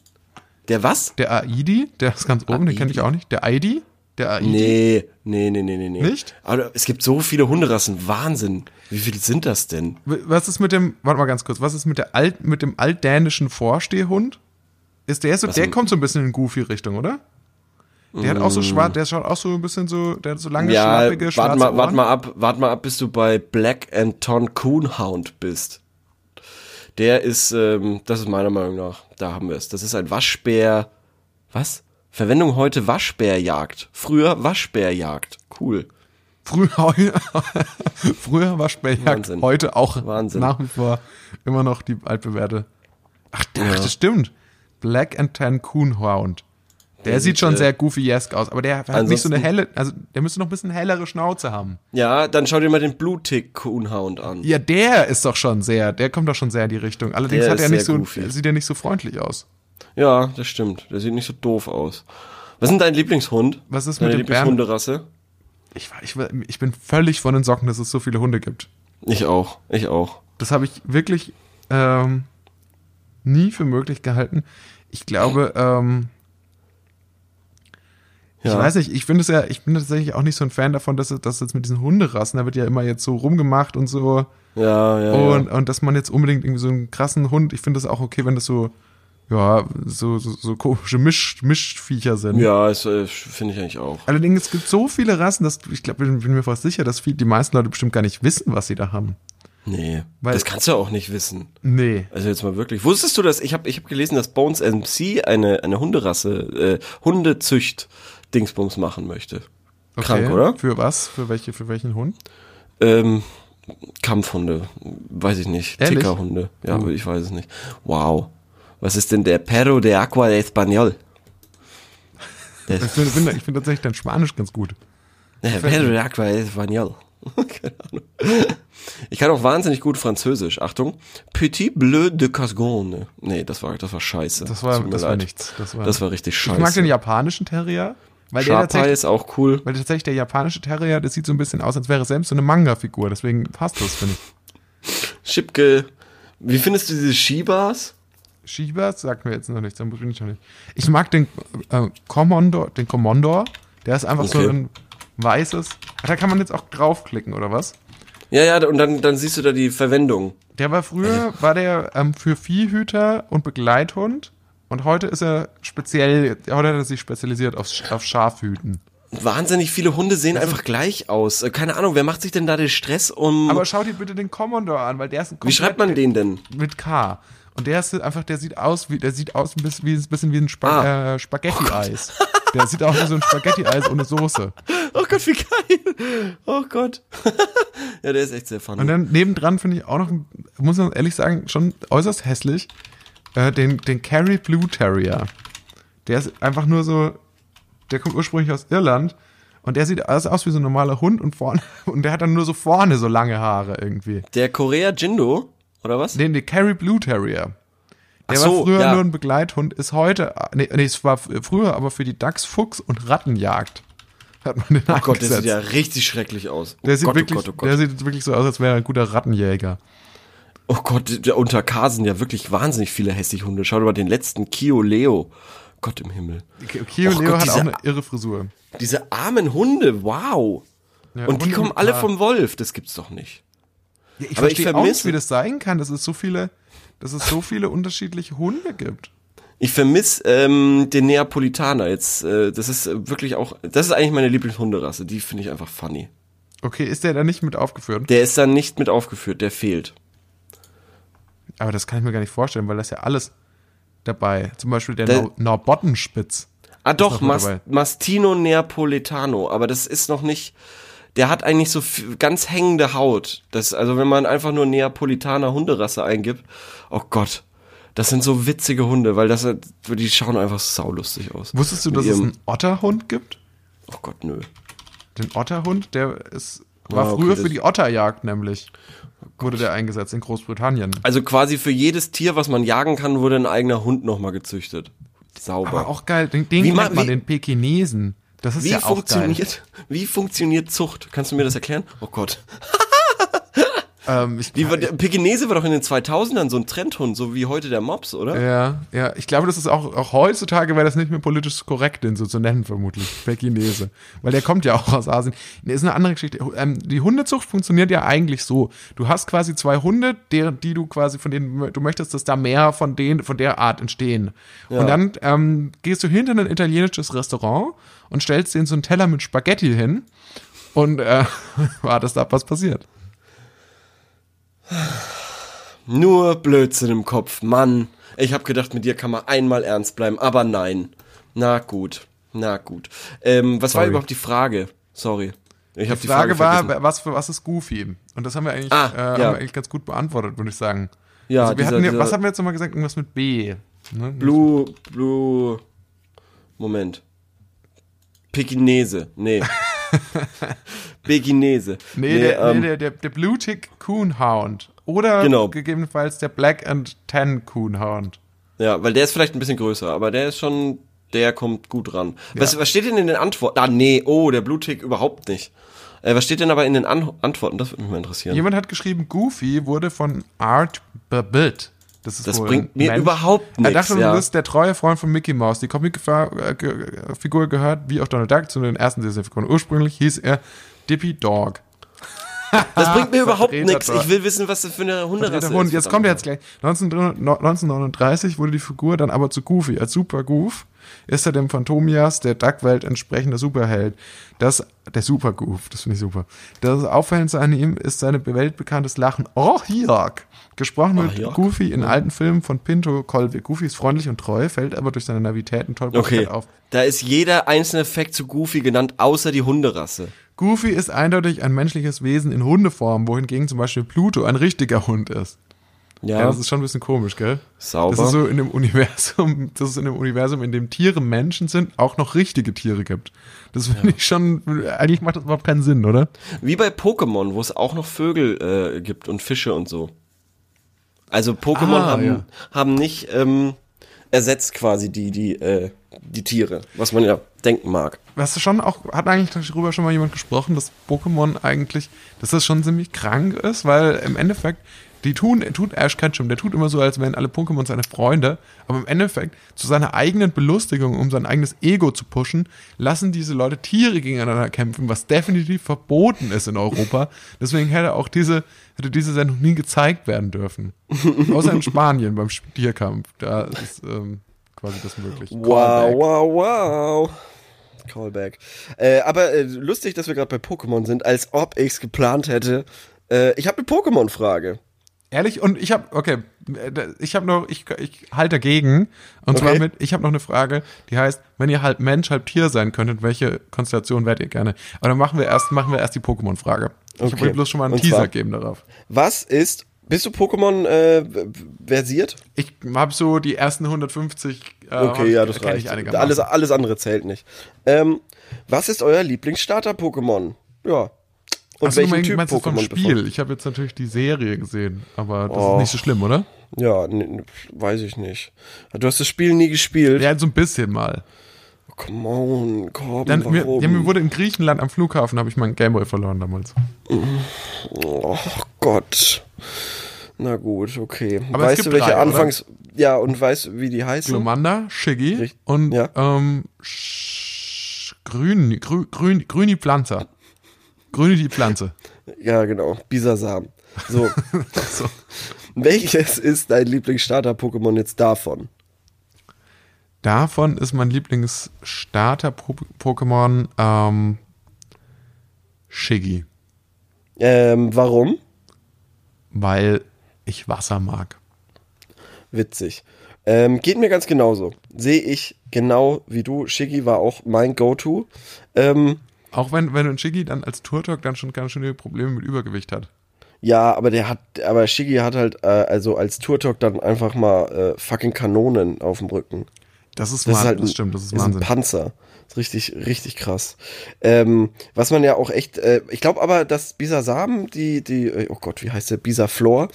[SPEAKER 1] Der was?
[SPEAKER 2] der Aidi, der ist ganz oben, den kenne ich auch nicht. Der Aidi, der Aidi.
[SPEAKER 1] Nee, nee, nee, nee, nee, nee.
[SPEAKER 2] Nicht?
[SPEAKER 1] Aber es gibt so viele Hunderassen. Wahnsinn. Wie viele sind das denn?
[SPEAKER 2] W- Was ist mit dem, warte mal ganz kurz, was ist mit der alt, mit dem altdänischen Vorstehhund? Ist der so, der
[SPEAKER 1] denn? Mm.
[SPEAKER 2] kommt so ein bisschen in Goofy-Richtung, oder? Der hat auch so schwarz, der schaut auch so ein bisschen so, der hat so lange,
[SPEAKER 1] Ja,
[SPEAKER 2] schlappige,
[SPEAKER 1] warte
[SPEAKER 2] schwarze
[SPEAKER 1] mal, warte
[SPEAKER 2] Ohren.
[SPEAKER 1] mal ab, warte mal ab, bis du bei Black and Ton Coonhound bist. Der ist, ähm, das ist meiner Meinung nach, da haben wir es. Das ist ein Waschbär. Was? Verwendung heute Waschbärjagd. Früher Waschbärjagd. Cool.
[SPEAKER 2] Früher, früher war Sperrjagd,
[SPEAKER 1] Wahnsinn.
[SPEAKER 2] heute auch
[SPEAKER 1] Wahnsinn.
[SPEAKER 2] nach wie vor immer noch die altbewährte. Ach, ach das stimmt. Black and Tan Coonhound. Der, sieht schon sehr goofy-esque aus, aber der hat nicht so eine
[SPEAKER 1] Ansonsten-
[SPEAKER 2] helle, also der müsste noch ein bisschen hellere Schnauze haben.
[SPEAKER 1] Ja, dann schau dir mal den Blue Tick Coonhound an.
[SPEAKER 2] Ja, der ist doch schon sehr, der kommt doch schon sehr in die Richtung. Allerdings
[SPEAKER 1] Der
[SPEAKER 2] hat er
[SPEAKER 1] ist
[SPEAKER 2] nicht so,
[SPEAKER 1] sehr goofy.
[SPEAKER 2] sieht er nicht so freundlich aus.
[SPEAKER 1] Ja, das stimmt. Der sieht nicht so doof aus. Was ist denn dein Lieblingshund?
[SPEAKER 2] Was ist mit
[SPEAKER 1] Deine
[SPEAKER 2] dem Bären?
[SPEAKER 1] Lieblingshunderasse?
[SPEAKER 2] Ich, war- ich, war- ich bin völlig von den Socken, dass es so viele Hunde gibt.
[SPEAKER 1] Ich auch. Ich auch.
[SPEAKER 2] Das habe ich wirklich ähm, nie für möglich gehalten. Ich glaube, ähm, ich
[SPEAKER 1] Ja.
[SPEAKER 2] weiß nicht, ich finde es ja, ich bin tatsächlich auch nicht so ein Fan davon, dass das jetzt mit diesen Hunderassen, da wird ja immer jetzt so rumgemacht und so.
[SPEAKER 1] Ja, ja.
[SPEAKER 2] Und,
[SPEAKER 1] ja.
[SPEAKER 2] und dass man jetzt unbedingt irgendwie so einen krassen Hund, ich finde das auch okay, wenn das so, ja, so, so, so komische Misch, Mischviecher sind.
[SPEAKER 1] Ja, das äh, finde ich eigentlich auch.
[SPEAKER 2] Allerdings es gibt so viele Rassen, dass ich glaube, ich bin mir fast sicher, dass viel, die meisten Leute bestimmt gar nicht wissen, was sie da haben.
[SPEAKER 1] Nee,
[SPEAKER 2] Weil-
[SPEAKER 1] das kannst du ja auch nicht wissen.
[SPEAKER 2] Nee.
[SPEAKER 1] Also jetzt mal wirklich. Wusstest du das? Ich habe ich hab gelesen, dass Bones MC eine, eine Hunderasse, äh, Hundezücht Dingsbums machen möchte. Krank, oder?
[SPEAKER 2] Für was? Für welche, für welchen Hund?
[SPEAKER 1] Ähm, Kampfhunde, weiß ich nicht.
[SPEAKER 2] Ehrlich? Hm.
[SPEAKER 1] Tickerhunde, ja, aber ich weiß es nicht. Wow. Was ist denn der Perro de Agua de Español? Der,
[SPEAKER 2] Ich finde find, ich find tatsächlich dein Spanisch ganz gut.
[SPEAKER 1] der Perro de Agua de Español. Keine Ahnung. Ich kann auch wahnsinnig gut Französisch. Achtung. Petit Bleu de Casgone. Nee, das war, das war scheiße.
[SPEAKER 2] Das war,
[SPEAKER 1] Tut mir
[SPEAKER 2] das war
[SPEAKER 1] leid.
[SPEAKER 2] nichts. Das war,
[SPEAKER 1] Das war richtig scheiße.
[SPEAKER 2] ich mag den japanischen Terrier, weil der,
[SPEAKER 1] Sharpeye
[SPEAKER 2] tatsächlich,
[SPEAKER 1] ist auch cool.
[SPEAKER 2] weil tatsächlich der japanische Terrier, das sieht so ein bisschen aus, als wäre es selbst so eine Manga-Figur. Deswegen passt das, finde ich.
[SPEAKER 1] Schipke. Wie findest du diese Shibas?
[SPEAKER 2] Shiba sagt mir jetzt noch nichts, dann bin ich noch nicht. Ich mag den äh, Commodore, den Commodore, der ist einfach so
[SPEAKER 1] Okay.
[SPEAKER 2] ein weißes. Ah, Da kann man jetzt auch draufklicken, oder was?
[SPEAKER 1] Ja, ja, und dann, dann siehst du da die Verwendung.
[SPEAKER 2] Der war früher, war der ähm, für Viehhüter und Begleithund und heute ist er speziell, heute hat er sich spezialisiert auf, Sch- auf Schafhüten.
[SPEAKER 1] Wahnsinnig viele Hunde sehen einfach gleich aus. Äh, Keine Ahnung, wer macht sich denn da den Stress um.
[SPEAKER 2] Aber schau dir bitte den Commodore an, weil der ist ein
[SPEAKER 1] wie schreibt man den denn?
[SPEAKER 2] mit K. Und der ist einfach, der sieht aus wie, der sieht aus ein bisschen wie, ein bisschen wie ein Spa äh, Spaghetti-Eis. der sieht aus wie so ein Spaghetti-Eis ohne Soße.
[SPEAKER 1] Oh Gott, wie geil. Oh Gott. ja, der ist echt sehr
[SPEAKER 2] Und
[SPEAKER 1] funny.
[SPEAKER 2] dann nebendran finde ich auch noch, muss man ehrlich sagen, schon äußerst hässlich, äh, den, den Carrie Blue Terrier. Der ist einfach nur so, der kommt ursprünglich aus Irland und der sieht alles aus wie so ein normaler Hund und vorne, und der hat dann nur so vorne so lange Haare irgendwie.
[SPEAKER 1] Der Korea Jindo, oder was?
[SPEAKER 2] Den, den Carrie Blue Terrier. Der
[SPEAKER 1] Ach so,
[SPEAKER 2] war früher
[SPEAKER 1] ja.
[SPEAKER 2] nur ein Begleithund, ist heute, nee, nee, es war f- früher aber für die Dachs-, Fuchs- und Rattenjagd hat man den
[SPEAKER 1] Oh Gott, der sieht ja
[SPEAKER 2] eingesetzt.
[SPEAKER 1] richtig schrecklich aus. Oh
[SPEAKER 2] Der sieht,
[SPEAKER 1] Gott,
[SPEAKER 2] wirklich,
[SPEAKER 1] oh Gott, oh Gott.
[SPEAKER 2] der sieht wirklich so aus, als wäre er ein guter Rattenjäger.
[SPEAKER 1] Oh Gott, der unter K sind ja wirklich wahnsinnig viele hässliche Hunde. Schau dir mal den letzten Kio Leo. Gott im Himmel.
[SPEAKER 2] Kio
[SPEAKER 1] Och
[SPEAKER 2] Leo hat
[SPEAKER 1] Gott,
[SPEAKER 2] auch
[SPEAKER 1] diese-
[SPEAKER 2] eine irre Frisur.
[SPEAKER 1] Diese armen Hunde, wow.
[SPEAKER 2] Ja,
[SPEAKER 1] und die
[SPEAKER 2] Hunde
[SPEAKER 1] kommen
[SPEAKER 2] mit
[SPEAKER 1] alle
[SPEAKER 2] K.
[SPEAKER 1] vom Wolf, das gibt's doch nicht.
[SPEAKER 2] Ja, ich
[SPEAKER 1] aber ich
[SPEAKER 2] verstehe auch nicht,
[SPEAKER 1] vermisse-
[SPEAKER 2] wie das sein kann, dass es so viele, dass es so viele unterschiedliche Hunde gibt.
[SPEAKER 1] Ich vermisse ähm, den Neapolitaner jetzt. Äh, das ist äh, wirklich auch, das ist eigentlich meine Lieblingshunderasse. Die finde ich einfach funny.
[SPEAKER 2] Okay, ist der da nicht mit aufgeführt?
[SPEAKER 1] Der ist dann nicht mit aufgeführt, der fehlt.
[SPEAKER 2] Aber das kann ich mir gar nicht vorstellen, weil das ja alles dabei. Zum Beispiel der,
[SPEAKER 1] Der-
[SPEAKER 2] der Norbottenspitz.
[SPEAKER 1] Ah
[SPEAKER 2] noch
[SPEAKER 1] doch,
[SPEAKER 2] mit
[SPEAKER 1] Mas
[SPEAKER 2] dabei.
[SPEAKER 1] Mastino Neapolitano, aber das ist noch nicht. Der hat eigentlich so viel, ganz hängende Haut. Das, also wenn man einfach nur Neapolitaner Hunderasse eingibt, oh Gott, das sind so witzige Hunde, weil das, die schauen einfach saulustig aus.
[SPEAKER 2] Wusstest du,
[SPEAKER 1] Mit
[SPEAKER 2] dass es
[SPEAKER 1] ihrem-
[SPEAKER 2] einen Otterhund gibt?
[SPEAKER 1] Oh Gott, nö.
[SPEAKER 2] Den Otterhund, der ist, war
[SPEAKER 1] Ah, okay,
[SPEAKER 2] früher
[SPEAKER 1] das-
[SPEAKER 2] für die Otterjagd nämlich. Wurde der eingesetzt in Großbritannien.
[SPEAKER 1] Also quasi für jedes Tier, was man jagen kann, wurde ein eigener Hund nochmal gezüchtet. Sauber.
[SPEAKER 2] Aber auch geil, den, den
[SPEAKER 1] Wie
[SPEAKER 2] kennt
[SPEAKER 1] ma-
[SPEAKER 2] man,
[SPEAKER 1] wie-
[SPEAKER 2] den Pekinesen. Das ist
[SPEAKER 1] wie
[SPEAKER 2] ja auch geil.
[SPEAKER 1] funktioniert, wie funktioniert Zucht? Kannst du mir das erklären? Oh Gott.
[SPEAKER 2] Ähm, ich,
[SPEAKER 1] Die, war- der Pekinese war doch in den 2000ern so ein Trendhund, so wie heute der Mops, oder?
[SPEAKER 2] ja, ja, ich glaube, das ist auch, auch heutzutage wäre das nicht mehr politisch korrekt, den so zu nennen, vermutlich. Pekinese. Weil der kommt ja auch aus Asien. Nee, ist eine andere Geschichte. Ähm, die Hundezucht funktioniert ja eigentlich so. Du hast quasi zwei Hunde, der, die du quasi, von denen du möchtest, dass da mehr von denen, von der Art entstehen. Und dann ähm, gehst du hinter ein italienisches Restaurant und stellst denen so einen Teller mit Spaghetti hin und äh, wartest ab, was passiert.
[SPEAKER 1] Nur Blödsinn im Kopf, Mann. Ich hab gedacht, mit dir kann man einmal ernst bleiben, aber nein. Na gut, na gut. Ähm, was war
[SPEAKER 2] Sorry.
[SPEAKER 1] überhaupt die Frage? Sorry. Ich habe
[SPEAKER 2] Die Frage
[SPEAKER 1] vergessen.
[SPEAKER 2] war, was, für, was ist Goofy? Und das haben wir eigentlich,
[SPEAKER 1] Ah,
[SPEAKER 2] äh,
[SPEAKER 1] ja.
[SPEAKER 2] haben wir eigentlich ganz gut beantwortet, würde ich sagen.
[SPEAKER 1] Ja,
[SPEAKER 2] also wir
[SPEAKER 1] dieser-
[SPEAKER 2] hatten ja
[SPEAKER 1] dieser-
[SPEAKER 2] was haben wir jetzt nochmal gesagt? Irgendwas mit B. Ne?
[SPEAKER 1] Blue, Blue. Moment. Pekinese. Nee. Pekinese.
[SPEAKER 2] Nee, der, nee der, der, der Blue Tick Coonhound. Oder
[SPEAKER 1] ähm, Genau.
[SPEAKER 2] gegebenenfalls der Black and Tan Coonhound.
[SPEAKER 1] Ja, weil der ist vielleicht ein bisschen größer, aber der ist schon, der kommt gut ran. Was, was steht denn in den Antworten? Ah, nee, oh, der Blue Tick überhaupt nicht. Äh, was steht denn aber in den An Antworten? Das würde mich mal interessieren.
[SPEAKER 2] Jemand hat geschrieben, Goofy wurde von Art Babbitt. Das, ist
[SPEAKER 1] Das
[SPEAKER 2] wohl
[SPEAKER 1] bringt
[SPEAKER 2] ein
[SPEAKER 1] mir
[SPEAKER 2] Mensch.
[SPEAKER 1] überhaupt
[SPEAKER 2] Er
[SPEAKER 1] nichts,
[SPEAKER 2] dachte,
[SPEAKER 1] ja.
[SPEAKER 2] du bist der treue Freund von Mickey Mouse. Die äh, Comicfigur gehört, wie auch Donald Duck, zu den ersten Disney-Figuren. Ursprünglich hieß er Dippy Dog.
[SPEAKER 1] das bringt mir überhaupt
[SPEAKER 2] Vertreter
[SPEAKER 1] nichts.
[SPEAKER 2] dort.
[SPEAKER 1] Ich will wissen, was das für eine Hunderasse
[SPEAKER 2] Der Hund,
[SPEAKER 1] ist.
[SPEAKER 2] jetzt kommt er jetzt gleich. 1939 wurde die Figur dann aber zu Goofy. Als Super Goof ist er dem Phantomias der Duckwelt entsprechender Superheld. Das, der Super Goof, das finde ich super. Das Auffallendste an ihm ist sein weltbekanntes Lachen. Oh, Jörg! Gesprochen wird
[SPEAKER 1] Oh, Jörg.
[SPEAKER 2] Goofy in alten Filmen von Pinto Colwick. Goofy ist freundlich und treu, fällt aber durch seine Navität und Tollbarkeit
[SPEAKER 1] Okay,
[SPEAKER 2] auf.
[SPEAKER 1] da ist jeder einzelne Fact zu Goofy genannt, außer die Hunderasse.
[SPEAKER 2] Goofy ist eindeutig ein menschliches Wesen in Hundeform, wohingegen zum Beispiel Pluto ein richtiger Hund ist.
[SPEAKER 1] Ja,
[SPEAKER 2] Ja, das ist schon ein bisschen komisch, gell?
[SPEAKER 1] Sauber.
[SPEAKER 2] Das ist so in dem Universum, das ist in dem Universum, in dem Tiere Menschen sind, auch noch richtige Tiere gibt. Das finde ich schon, eigentlich macht das überhaupt keinen Sinn, oder?
[SPEAKER 1] wie bei Pokémon, wo es auch noch Vögel äh, gibt und Fische und so. Also Pokémon
[SPEAKER 2] Ah,
[SPEAKER 1] haben,
[SPEAKER 2] ja.
[SPEAKER 1] haben nicht ähm, ersetzt quasi die, die, äh, die Tiere, was man ja denken mag.
[SPEAKER 2] Was schon auch, hat eigentlich darüber schon mal jemand gesprochen, dass Pokémon eigentlich, dass das schon ziemlich krank ist, weil im Endeffekt, die tun, tut Ash Ketchum, der tut immer so, als wären alle Pokémon seine Freunde, aber im Endeffekt, zu seiner eigenen Belustigung, um sein eigenes Ego zu pushen, lassen diese Leute Tiere gegeneinander kämpfen, was definitiv verboten ist in Europa. Deswegen hätte auch diese, hätte diese Sendung nie gezeigt werden dürfen. Außer in Spanien beim Tierkampf, da ist ähm, quasi das möglich.
[SPEAKER 1] Wow, wow, wow. Callback. Äh, aber äh, lustig, dass wir gerade bei Pokémon sind, als ob ich's geplant hätte. Äh, ich habe eine Pokémon-Frage.
[SPEAKER 2] Ehrlich? Und ich habe, okay, äh, ich habe noch, ich, ich halte dagegen. Und zwar
[SPEAKER 1] Okay.
[SPEAKER 2] mit, ich habe noch eine Frage, die heißt, wenn ihr halb Mensch, halb Tier sein könntet, welche Konstellation wärt ihr gerne? Aber dann machen wir erst, machen wir erst die Pokémon-Frage. Ich
[SPEAKER 1] Okay.
[SPEAKER 2] wollte bloß schon mal einen
[SPEAKER 1] Und
[SPEAKER 2] Teaser
[SPEAKER 1] zwar-
[SPEAKER 2] geben darauf.
[SPEAKER 1] Was ist, bist du Pokémon äh, w- versiert?
[SPEAKER 2] Ich habe so die ersten 150. Äh,
[SPEAKER 1] Okay, ja, das
[SPEAKER 2] kenn
[SPEAKER 1] reicht.
[SPEAKER 2] Ich einigermaßen.
[SPEAKER 1] Alles, alles andere zählt nicht. Ähm, was ist euer Lieblingsstarter-Pokémon? Ja. Und
[SPEAKER 2] Achso, du
[SPEAKER 1] welchen
[SPEAKER 2] meinst,
[SPEAKER 1] Typ
[SPEAKER 2] meinst du vom
[SPEAKER 1] Pokémon Oh.
[SPEAKER 2] Spiel?
[SPEAKER 1] bevorzugt?
[SPEAKER 2] Ich habe jetzt natürlich die Serie gesehen, aber das
[SPEAKER 1] Och.
[SPEAKER 2] ist nicht so schlimm, oder?
[SPEAKER 1] Ja, ne, ne, weiß ich nicht. Du hast das Spiel nie gespielt. Oh,
[SPEAKER 2] Ja, so ein bisschen mal.
[SPEAKER 1] Come on, Corbin,
[SPEAKER 2] Dann, mir,
[SPEAKER 1] warum?
[SPEAKER 2] ja, mir wurde in Griechenland am Flughafen, habe ich meinen Gameboy verloren damals.
[SPEAKER 1] oh Gott. Na gut, okay.
[SPEAKER 2] Aber es
[SPEAKER 1] weißt du,
[SPEAKER 2] gibt
[SPEAKER 1] welche
[SPEAKER 2] drei, oder?
[SPEAKER 1] Anfangs... Ja, und weißt du, wie die heißen?
[SPEAKER 2] Glomanda, Shiggy
[SPEAKER 1] Richtig.
[SPEAKER 2] und
[SPEAKER 1] Hm. Ja.
[SPEAKER 2] ähm, Sch- Grün, Grün, Grün, Grüni Pflanzer. Grüni die Pflanze.
[SPEAKER 1] Ja, genau. Bisasam. So,
[SPEAKER 2] So.
[SPEAKER 1] welches ist dein Lieblingsstarter-Pokémon jetzt davon?
[SPEAKER 2] Davon ist mein Lieblingsstarter-Pokémon ähm, Shiggy,
[SPEAKER 1] Ähm, warum?
[SPEAKER 2] weil ich Wasser mag.
[SPEAKER 1] Witzig. Ähm, geht mir ganz genauso. Sehe ich genau wie du. Shiggy war auch mein Go-To. Ähm,
[SPEAKER 2] Auch wenn, wenn ein Shiggy dann als Turtok dann schon ganz schöne Probleme mit Übergewicht hat.
[SPEAKER 1] ja, aber der hat, aber Shiggy hat halt äh, also als Turtok dann einfach mal äh, fucking Kanonen auf dem Rücken.
[SPEAKER 2] Das ist, Wahnsinn,
[SPEAKER 1] Das ist halt ein,
[SPEAKER 2] das stimmt, das ist,
[SPEAKER 1] ist ein
[SPEAKER 2] Wahnsinn.
[SPEAKER 1] Panzer. Ist richtig, richtig krass. Ähm, was man ja auch echt, äh, ich glaube aber, dass Bisa Samen, die, die, äh, oh Gott, wie heißt der? Bisa Flor,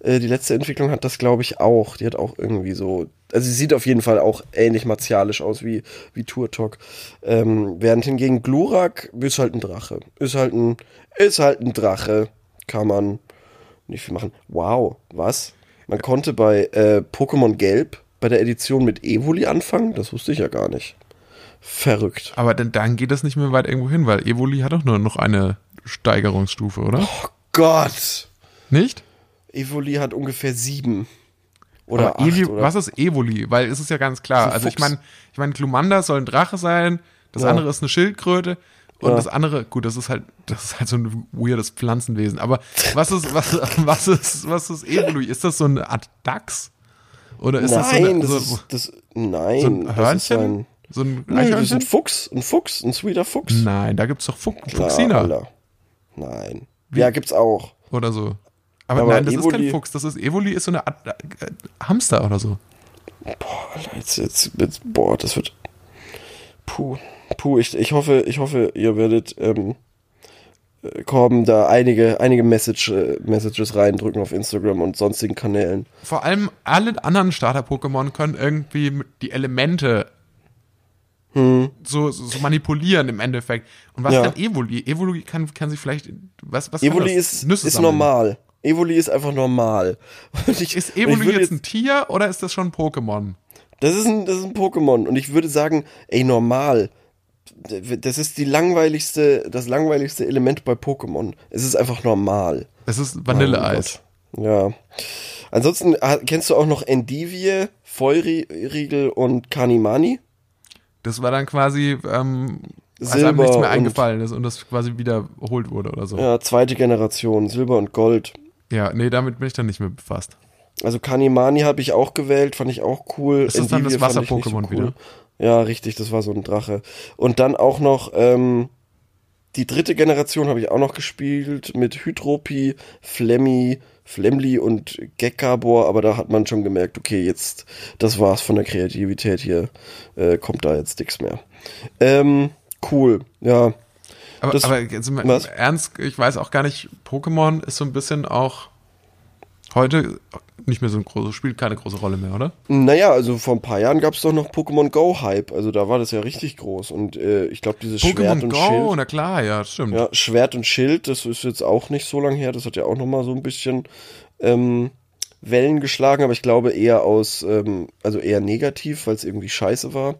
[SPEAKER 1] äh, die letzte Entwicklung hat das, glaube ich, auch. Die hat auch irgendwie so, also sie sieht auf jeden Fall auch ähnlich martialisch aus wie, wie Turtok. Ähm, während hingegen Glurak ist halt ein Drache. Ist halt ein, ist halt ein Drache. Kann man nicht viel machen. Wow, was? Man konnte bei äh, Pokémon Gelb bei der Edition mit Evoli anfangen? Das wusste ich ja gar nicht. Verrückt.
[SPEAKER 2] Aber dann, dann geht das nicht mehr weit irgendwo hin, weil Evoli hat doch nur noch eine Steigerungsstufe, oder?
[SPEAKER 1] Oh Gott!
[SPEAKER 2] Nicht?
[SPEAKER 1] Evoli hat ungefähr sieben. Oder
[SPEAKER 2] Aber
[SPEAKER 1] acht.
[SPEAKER 2] Evi-
[SPEAKER 1] oder?
[SPEAKER 2] Was ist Evoli? Weil es ist ja ganz
[SPEAKER 1] Ist
[SPEAKER 2] klar.
[SPEAKER 1] ein
[SPEAKER 2] Also ich
[SPEAKER 1] Fuchs.
[SPEAKER 2] meine, ich meine, Glumanda soll ein Drache sein, das
[SPEAKER 1] Ja.
[SPEAKER 2] andere ist eine Schildkröte und
[SPEAKER 1] Ja.
[SPEAKER 2] das andere, gut, das ist halt, das ist halt so ein weirdes Pflanzenwesen. Aber was ist, was, was ist, was ist Evoli? Ist das so eine Art Dachs? Oder ist das so,
[SPEAKER 1] nein,
[SPEAKER 2] eine,
[SPEAKER 1] das,
[SPEAKER 2] so,
[SPEAKER 1] ist, das, nein,
[SPEAKER 2] so ein
[SPEAKER 1] das ist
[SPEAKER 2] Hörnchen?
[SPEAKER 1] ein,
[SPEAKER 2] so ein
[SPEAKER 1] nein, das ist ein
[SPEAKER 2] Eichhörnchen?
[SPEAKER 1] Fuchs, ein Fuchs, ein sweeter Fuchs.
[SPEAKER 2] Nein, da gibt's doch Fuch-
[SPEAKER 1] Klar,
[SPEAKER 2] Fuchsina
[SPEAKER 1] Alter. Nein. Ja, gibt's auch.
[SPEAKER 2] oder so. Aber,
[SPEAKER 1] Aber
[SPEAKER 2] nein, das ist
[SPEAKER 1] Evoli-
[SPEAKER 2] kein Fuchs, das ist Evoli ist so eine Art äh, äh, Hamster oder so.
[SPEAKER 1] Boah, Alter, jetzt, jetzt, jetzt, boah, das wird. Puh, puh, ich, ich hoffe, ich hoffe, ihr werdet ähm, äh, Korben da einige, einige Message, äh, Messages reindrücken auf Instagram und sonstigen Kanälen.
[SPEAKER 2] Vor allem alle anderen Starter-Pokémon können irgendwie mit die Elemente so, so, so manipulieren im Endeffekt. Und was
[SPEAKER 1] Hm. Ja.
[SPEAKER 2] kann Evoli? Evoli kann, kann sich vielleicht. Was, was
[SPEAKER 1] Evoli
[SPEAKER 2] kann das?
[SPEAKER 1] ist,
[SPEAKER 2] Nüsse
[SPEAKER 1] ist
[SPEAKER 2] sammeln.
[SPEAKER 1] normal. Evoli ist einfach normal. Und ich,
[SPEAKER 2] Ist
[SPEAKER 1] und ich
[SPEAKER 2] Evoli
[SPEAKER 1] würde
[SPEAKER 2] jetzt ein Tier oder ist das schon ein Pokémon?
[SPEAKER 1] Das ist ein, das ist ein Pokémon und ich würde sagen, ey, normal. Das ist die langweiligste, das langweiligste Element bei Pokémon. Es ist einfach normal.
[SPEAKER 2] Es ist Vanilleeis.
[SPEAKER 1] Oh Gott. Ja. Ansonsten ah, kennst du auch noch Endivie, Feuririegel und Kanimani?
[SPEAKER 2] das war dann quasi, ähm, als einem
[SPEAKER 1] Silber
[SPEAKER 2] nichts mehr
[SPEAKER 1] und-
[SPEAKER 2] eingefallen ist und das quasi wiederholt wurde oder so. Ja.
[SPEAKER 1] Ja, zweite Generation, Silber und Gold.
[SPEAKER 2] nee, damit bin ich dann nicht mehr befasst.
[SPEAKER 1] Also Kanimani habe ich auch gewählt, fand ich auch cool.
[SPEAKER 2] Ist das dann das
[SPEAKER 1] fand ich nicht
[SPEAKER 2] Wasser-Pokémon wieder?
[SPEAKER 1] Ja, richtig, das war so ein Drache. Und dann auch noch ähm, die dritte Generation habe ich auch noch gespielt mit Hydropi, Flemmy, Flemly und Gekabor, aber da hat man schon gemerkt, okay, jetzt, das war's von der Kreativität hier, äh, kommt da jetzt nichts mehr. Ähm, cool, ja.
[SPEAKER 2] Aber,
[SPEAKER 1] Das-
[SPEAKER 2] aber jetzt im
[SPEAKER 1] was?
[SPEAKER 2] Ernst, ich weiß auch gar nicht, Pokémon ist so ein bisschen auch heute nicht mehr so ein großes, spielt keine große Rolle mehr, oder?
[SPEAKER 1] Naja, also vor ein paar Jahren gab es doch noch Pokémon Go-Hype, also da war das ja richtig groß und äh, ich glaube, dieses Schwert
[SPEAKER 2] Pokémon
[SPEAKER 1] und
[SPEAKER 2] Go,
[SPEAKER 1] Schild.
[SPEAKER 2] na klar, ja, stimmt.
[SPEAKER 1] Ja, Schwert und Schild, das ist jetzt auch nicht so lang her. Das hat ja auch noch mal so ein bisschen ähm, Wellen geschlagen, aber ich glaube eher aus, ähm, also eher negativ, weil es irgendwie scheiße war.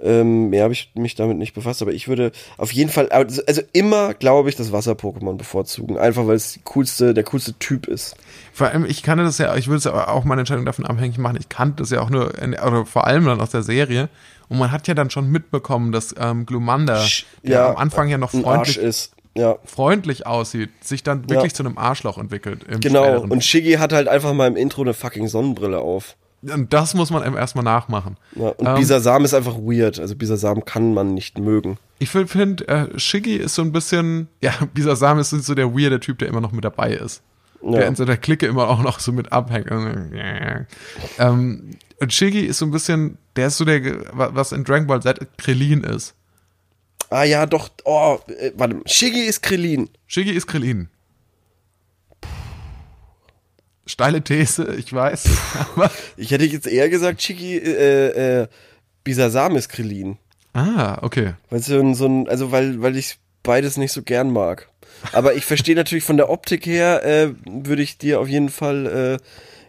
[SPEAKER 1] Ähm, mehr habe ich mich damit nicht befasst, aber ich würde auf jeden Fall, also also immer glaube ich, das Wasser-Pokémon bevorzugen. Einfach weil es die coolste, der coolste Typ ist.
[SPEAKER 2] Vor allem, ich kannte das ja, ich würde es ja auch meine Entscheidung davon abhängig machen, ich kannte das ja auch nur, in, oder vor allem dann aus der Serie. Und man hat ja dann schon mitbekommen, dass ähm, Glumanda,
[SPEAKER 1] Sch-
[SPEAKER 2] der
[SPEAKER 1] ja,
[SPEAKER 2] am Anfang ja noch
[SPEAKER 1] Ein Arsch
[SPEAKER 2] freundlich,
[SPEAKER 1] ist. Ja,
[SPEAKER 2] freundlich aussieht, sich dann wirklich
[SPEAKER 1] Ja.
[SPEAKER 2] zu einem Arschloch entwickelt. Im
[SPEAKER 1] genau.
[SPEAKER 2] späteren.
[SPEAKER 1] Und Shiggy hat halt einfach mal im Intro eine fucking Sonnenbrille auf.
[SPEAKER 2] und das muss man einem erstmal nachmachen.
[SPEAKER 1] Ja, und
[SPEAKER 2] Ähm,
[SPEAKER 1] Bisasam ist einfach weird. Also Bisasam kann man nicht mögen.
[SPEAKER 2] Ich finde, äh, Shiggy ist so ein bisschen, ja, dieser Sam ist so der weirde Typ, der immer noch mit dabei ist. Der in so der Clique immer auch noch so mit abhängt. Ähm, und Shiggy ist so ein bisschen, der ist so der, ge- wa- was in Dragon Ball Z Krillin ist.
[SPEAKER 1] Ah ja, doch. Oh, äh, warte. Shiggy ist Krillin.
[SPEAKER 2] Shiggy ist Krillin. Steile These, ich weiß. Aber,
[SPEAKER 1] Ich hätte jetzt eher gesagt, Shiggy, äh, äh, Bisasam ist Krillin.
[SPEAKER 2] ah, okay.
[SPEAKER 1] Weil so ein, so ein, also weil, weil ich beides nicht so gern mag. Aber ich verstehe natürlich von der Optik her, äh, würde ich dir auf jeden Fall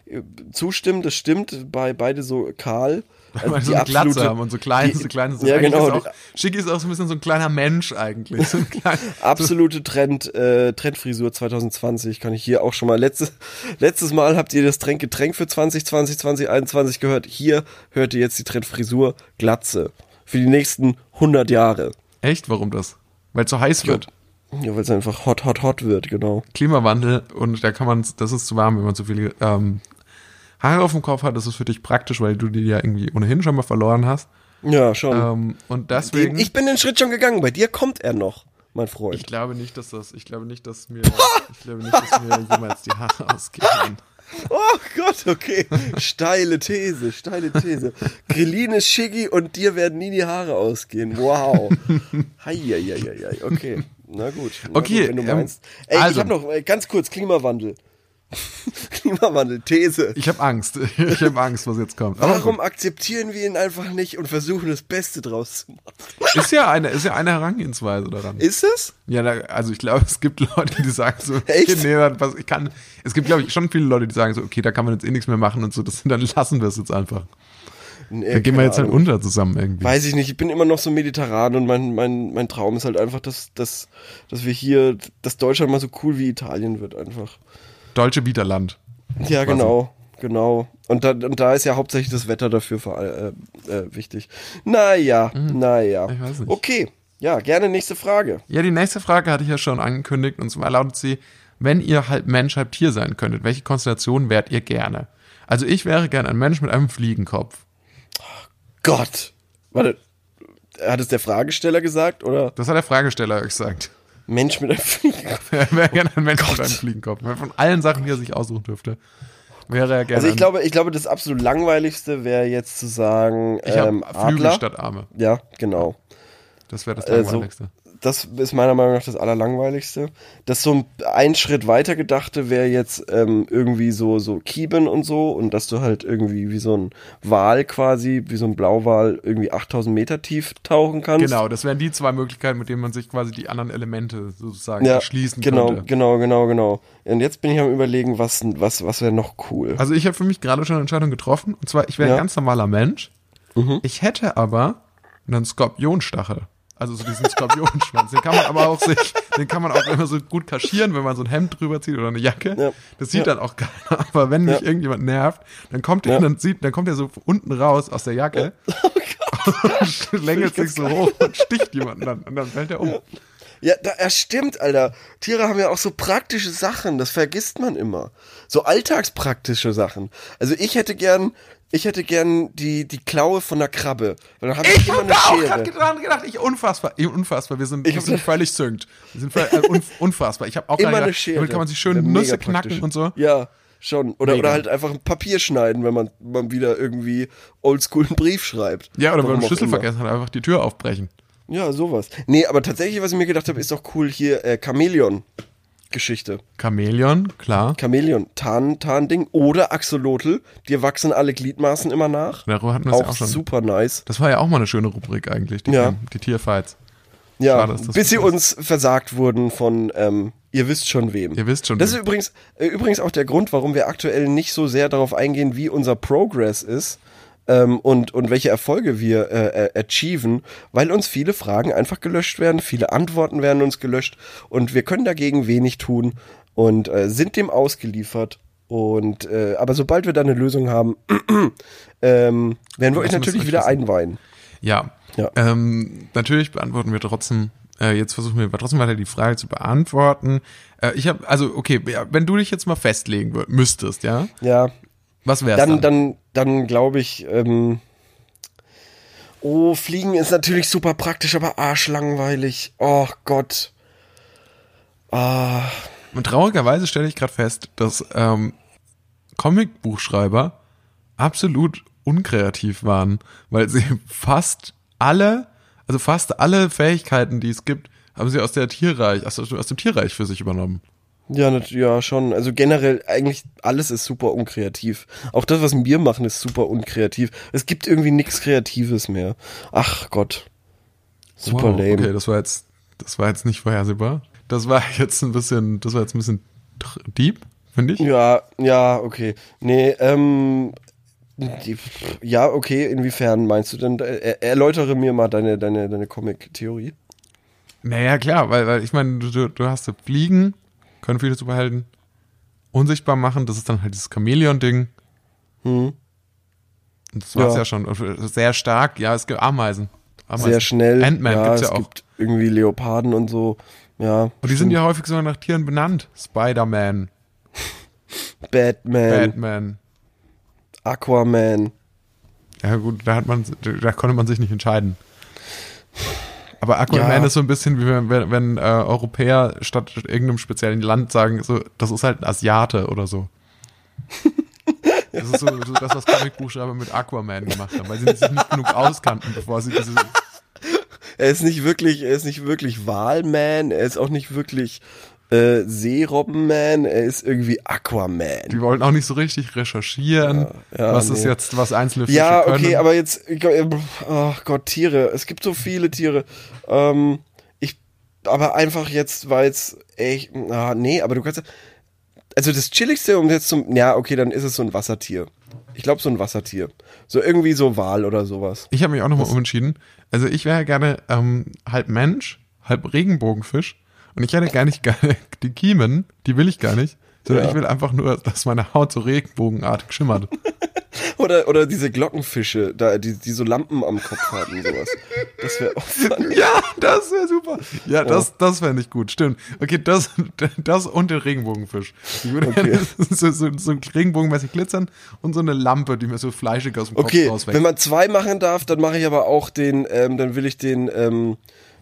[SPEAKER 1] äh, zustimmen. Das stimmt, bei beide so kahl.
[SPEAKER 2] Weil die so eine
[SPEAKER 1] absolute-
[SPEAKER 2] Glatze haben und so klein,
[SPEAKER 1] die-
[SPEAKER 2] so klein. So
[SPEAKER 1] ja,
[SPEAKER 2] eigentlich
[SPEAKER 1] genau,
[SPEAKER 2] Ist auch, Schick ist auch so ein bisschen so ein kleiner Mensch eigentlich. So ein klein,
[SPEAKER 1] Absolute Trend, äh, Trendfrisur 2020 kann ich hier auch schon mal. Letztes, letztes Mal habt ihr das Trend Getränk für 2020, 2021 gehört. Hier hört ihr jetzt die Trendfrisur Glatze. Für die nächsten 100 Jahre.
[SPEAKER 2] echt, warum das? Weil zu heiß wird.
[SPEAKER 1] Ja, weil es einfach hot, hot, hot wird, genau.
[SPEAKER 2] Klimawandel und da kann man, das ist zu warm, wenn man zu viele ähm, Haare auf dem Kopf hat. Das ist für dich praktisch, weil du die ja irgendwie ohnehin schon mal verloren hast.
[SPEAKER 1] Ja, schon.
[SPEAKER 2] Ähm, und
[SPEAKER 1] Den,
[SPEAKER 2] deswegen,
[SPEAKER 1] ich bin den Schritt schon gegangen. Bei dir kommt er noch, mein Freund.
[SPEAKER 2] ich glaube nicht, dass das, ich glaube nicht, dass mir, ich glaube nicht, dass mir jemals die Haare ausgehen.
[SPEAKER 1] Oh Gott, okay. Steile These, steile These. Grillin ist Shiggy und dir werden nie die Haare ausgehen. Wow. Heieieiei, okay. Na gut. Na
[SPEAKER 2] Okay,
[SPEAKER 1] Gut, wenn du
[SPEAKER 2] ähm,
[SPEAKER 1] meinst. Ey, ich
[SPEAKER 2] also.
[SPEAKER 1] habe noch äh, ganz kurz Klimawandel. Klimawandel, These.
[SPEAKER 2] Ich habe Angst. Ich habe Angst, was jetzt kommt. Aber
[SPEAKER 1] Warum akzeptieren wir ihn einfach nicht und versuchen das Beste draus zu machen?
[SPEAKER 2] Ist ja eine, ist ja eine Herangehensweise daran.
[SPEAKER 1] Ist es?
[SPEAKER 2] ja, da, also ich glaube, es gibt Leute, die sagen so,
[SPEAKER 1] Echt?
[SPEAKER 2] okay, nee, dann pass- ich kann, es gibt glaube ich schon viele Leute, die sagen so, okay, da kann man jetzt eh nichts mehr machen und so, das, dann lassen wir es jetzt einfach.
[SPEAKER 1] Nee,
[SPEAKER 2] Da gehen wir
[SPEAKER 1] keine
[SPEAKER 2] jetzt halt
[SPEAKER 1] Ahnung.
[SPEAKER 2] unter zusammen irgendwie.
[SPEAKER 1] Weiß ich nicht, ich bin immer noch so mediterran und mein, mein, mein Traum ist halt einfach, dass, dass, dass wir hier, dass Deutschland mal so cool wie Italien wird einfach.
[SPEAKER 2] Deutsche Bieterland.
[SPEAKER 1] Ja, genau, genau. Und da, und da ist ja hauptsächlich das Wetter dafür vor all- äh, äh, wichtig. Naja, naja.
[SPEAKER 2] Mhm. ich weiß nicht.
[SPEAKER 1] Okay, ja, gerne nächste Frage.
[SPEAKER 2] Ja, die nächste Frage hatte ich ja schon angekündigt und zwar lautet sie, wenn ihr halb Mensch, halb Tier sein könntet, welche Konstellation wärt ihr gerne? Also ich wäre gern ein Mensch mit einem Fliegenkopf.
[SPEAKER 1] Gott! Warte, hat es der Fragesteller gesagt oder
[SPEAKER 2] Das hat der Fragesteller gesagt.
[SPEAKER 1] Mensch mit einem Fliegenkopf?
[SPEAKER 2] Er wäre gerne ein Mensch mit einem Fliegenkopf. Von allen Sachen, die er sich aussuchen dürfte, wäre er gerne
[SPEAKER 1] Also ich
[SPEAKER 2] ein-
[SPEAKER 1] glaube, ich glaube, das absolut langweiligste wäre jetzt zu sagen,
[SPEAKER 2] Ich habe
[SPEAKER 1] ähm,
[SPEAKER 2] Flügel
[SPEAKER 1] Adler.
[SPEAKER 2] statt Arme.
[SPEAKER 1] Ja, genau.
[SPEAKER 2] Das wäre das
[SPEAKER 1] Äh, so,
[SPEAKER 2] Langweiligste.
[SPEAKER 1] das ist meiner Meinung nach das Allerlangweiligste. Das so ein, ein Schritt weiter gedachte wäre jetzt ähm, irgendwie so, so Kieben und so und dass du halt irgendwie wie so ein Wal quasi, wie so ein Blauwal irgendwie 8000 Meter tief tauchen kannst.
[SPEAKER 2] genau, das wären die zwei Möglichkeiten, mit denen man sich quasi die anderen Elemente sozusagen
[SPEAKER 1] Ja,
[SPEAKER 2] erschließen
[SPEAKER 1] genau,
[SPEAKER 2] könnte.
[SPEAKER 1] genau, genau, genau. Und jetzt bin ich am überlegen, was, was, was wäre noch cool.
[SPEAKER 2] Also ich habe für mich gerade schon eine Entscheidung getroffen. Und zwar, ich wäre
[SPEAKER 1] Ja. Mhm.
[SPEAKER 2] ein ganz normaler Mensch. Ich hätte aber einen Skorpionstachel. Also so diesen Skorpionschwanz. den kann man aber auch sich, den kann man auch immer so gut kaschieren, wenn man so ein Hemd drüber zieht oder eine Jacke.
[SPEAKER 1] Ja.
[SPEAKER 2] Das sieht dann auch keiner. Aber wenn mich irgendjemand nervt, dann kommt der,
[SPEAKER 1] Ja. Oh
[SPEAKER 2] dann sieht, dann kommt der so unten raus aus der Jacke. und schlängelt sich so hoch und sticht jemanden dann. Und dann fällt er um.
[SPEAKER 1] Ja, da, ja, stimmt, Alter. Tiere haben ja auch so praktische Sachen, das vergisst man immer. So alltagspraktische Sachen. Also ich hätte gern, ich hätte gern die, die Klaue von einer Krabbe. Weil dann hab ich, immer
[SPEAKER 2] hab
[SPEAKER 1] eine
[SPEAKER 2] da auch
[SPEAKER 1] Schere.
[SPEAKER 2] gerade dran gedacht, ich unfassbar, eh, unfassbar, wir sind, wir
[SPEAKER 1] hab
[SPEAKER 2] sind völlig synkt. Wir sind völlig, äh, unf- unfassbar. Ich habe auch
[SPEAKER 1] immer
[SPEAKER 2] gerade
[SPEAKER 1] eine
[SPEAKER 2] gedacht,
[SPEAKER 1] Schere.
[SPEAKER 2] damit kann man sich
[SPEAKER 1] Wär
[SPEAKER 2] schön
[SPEAKER 1] mega
[SPEAKER 2] Nüsse
[SPEAKER 1] praktisch.
[SPEAKER 2] knacken und so.
[SPEAKER 1] Ja, schon. Oder,
[SPEAKER 2] Mega.
[SPEAKER 1] oder halt einfach ein Papier schneiden, wenn man, man wieder irgendwie oldschool einen Brief schreibt.
[SPEAKER 2] Ja, oder wenn man
[SPEAKER 1] Warum auch
[SPEAKER 2] den Schlüssel
[SPEAKER 1] immer.
[SPEAKER 2] vergessen hat, einfach die Tür aufbrechen.
[SPEAKER 1] Ja, sowas. Nee, aber tatsächlich, was ich mir gedacht habe, ist doch cool hier äh, Chamäleon-Geschichte.
[SPEAKER 2] Chamäleon, klar.
[SPEAKER 1] Chamäleon, Tarn, Tarnding oder Axolotl. Dir wachsen alle Gliedmaßen immer nach.
[SPEAKER 2] Darüber hatten wir es
[SPEAKER 1] auch,
[SPEAKER 2] ja auch schon.
[SPEAKER 1] super nice.
[SPEAKER 2] Das war ja auch mal eine schöne Rubrik eigentlich, die,
[SPEAKER 1] Ja.
[SPEAKER 2] die Tierfights.
[SPEAKER 1] Ja,
[SPEAKER 2] Schade, dass das
[SPEAKER 1] bis sie
[SPEAKER 2] vorbei
[SPEAKER 1] uns versagt wurden von, ähm, ihr wisst schon wem.
[SPEAKER 2] Ihr wisst schon
[SPEAKER 1] Das ist
[SPEAKER 2] wem.
[SPEAKER 1] übrigens, äh, übrigens auch der Grund, warum wir aktuell nicht so sehr darauf eingehen, wie unser Progress ist. Ähm, und, und welche Erfolge wir äh, äh, achieven, weil uns viele Fragen einfach gelöscht werden, viele Antworten werden uns gelöscht und wir können dagegen wenig tun und äh, sind dem ausgeliefert. Und äh, aber sobald wir da eine Lösung haben, ähm, werden
[SPEAKER 2] Lassen
[SPEAKER 1] wir euch
[SPEAKER 2] wir es
[SPEAKER 1] natürlich
[SPEAKER 2] euch
[SPEAKER 1] wieder
[SPEAKER 2] wissen.
[SPEAKER 1] einweihen.
[SPEAKER 2] Ja.
[SPEAKER 1] Ja.
[SPEAKER 2] Ähm, natürlich beantworten wir trotzdem, äh, jetzt versuchen wir trotzdem weiter die Frage zu beantworten. Äh, ich habe, also, okay, ja, wenn du dich jetzt mal festlegen wür- müsstest, ja,
[SPEAKER 1] Ja.
[SPEAKER 2] was wär's
[SPEAKER 1] dann, dann, dann glaube ich, ähm, oh, Fliegen ist natürlich super praktisch, aber arschlangweilig. Oh Gott. Ah,
[SPEAKER 2] Und traurigerweise stelle ich gerade fest, dass ähm, Comicbuchschreiber absolut unkreativ waren, weil sie fast alle, also fast alle Fähigkeiten, die es gibt, haben sie aus der Tierreich, aus, aus dem Tierreich für sich übernommen.
[SPEAKER 1] ja, nat- ja, schon. Also generell, eigentlich alles ist super unkreativ. Auch das, was wir machen, ist super unkreativ. Es gibt irgendwie nichts Kreatives mehr. Ach Gott. Super
[SPEAKER 2] Wow,
[SPEAKER 1] lame.
[SPEAKER 2] Okay, das war jetzt, das war jetzt nicht vorhersehbar. Das war jetzt ein bisschen, das war jetzt ein bisschen tr- deep, finde ich.
[SPEAKER 1] Ja, ja, okay. Nee, ähm,
[SPEAKER 3] Die-
[SPEAKER 1] Ja, okay, inwiefern meinst du denn? Er, erläutere mir mal deine, deine, deine Comic-Theorie.
[SPEAKER 2] Naja, klar, weil, weil ich meine, du- du, du hast ja Fliegen, können viele superhelden, unsichtbar machen, das ist dann halt dieses Chamäleon-Ding. Und das war's
[SPEAKER 1] Hm. Ja.
[SPEAKER 2] ja. schon. Und Sehr stark, ja, es gibt Ameisen. Ameisen.
[SPEAKER 1] Sehr schnell.
[SPEAKER 2] Ant-Man
[SPEAKER 1] ja,
[SPEAKER 2] gibt's
[SPEAKER 1] es
[SPEAKER 2] ja auch.
[SPEAKER 1] gibt irgendwie Leoparden und so. Ja.
[SPEAKER 2] Und die sind ja häufig sogar nach Tieren benannt. Spider-Man,
[SPEAKER 1] Batman,
[SPEAKER 2] Batman.
[SPEAKER 1] Aquaman.
[SPEAKER 2] Ja gut, da hat man, da konnte man sich nicht entscheiden. Aber Aquaman
[SPEAKER 1] Ja.
[SPEAKER 2] ist so ein bisschen wie wenn, wenn, wenn äh, Europäer statt irgendeinem speziellen Land sagen, so, das ist halt ein Asiate oder so. Das ist so, so das, was Comicbuchstaber mit Aquaman gemacht haben, weil sie sich nicht genug auskannten, bevor sie diese.
[SPEAKER 1] Er ist nicht wirklich, er ist nicht wirklich Walman, er ist auch nicht wirklich äh, Seerobbenman, er ist irgendwie Aquaman.
[SPEAKER 2] Die wollten auch nicht so richtig recherchieren,
[SPEAKER 1] Ja, ja,
[SPEAKER 2] was ist
[SPEAKER 1] nee.
[SPEAKER 2] jetzt, was einzelne Fische
[SPEAKER 1] Ja,
[SPEAKER 2] können.
[SPEAKER 1] okay, aber jetzt, ich glaub, äh, ach Gott, Tiere, es gibt so viele Tiere. Ähm, ich, aber einfach jetzt, weil es echt, ah, nee, aber du kannst, ja- also das Chilligste, um jetzt zum, ja, okay, dann ist es so ein Wassertier. Ich glaube, so ein Wassertier. So irgendwie so Wal oder sowas.
[SPEAKER 2] Ich habe mich auch nochmal umentschieden. Also ich wäre gerne ähm, halb Mensch, halb Regenbogenfisch. Und ich hätte gar nicht gerne die Kiemen, die will ich gar nicht. Sondern
[SPEAKER 1] Ja.
[SPEAKER 2] ich will einfach nur, dass meine Haut so regenbogenartig schimmert.
[SPEAKER 1] Oder, oder diese Glockenfische, da, die, die so Lampen am Kopf haben und sowas. Das wäre auch funny.
[SPEAKER 2] ja, das wäre super. Ja, das, das fände ich gut, stimmt. Okay, das, das und den Regenbogenfisch. Ich würde gerne so, so, so regenbogenmäßig glitzern und so eine Lampe, die mir so fleischig aus dem
[SPEAKER 1] Okay,
[SPEAKER 2] Kopf rauswächst.
[SPEAKER 1] wenn man zwei machen darf, dann mache ich aber auch den, ähm, dann will ich den ähm,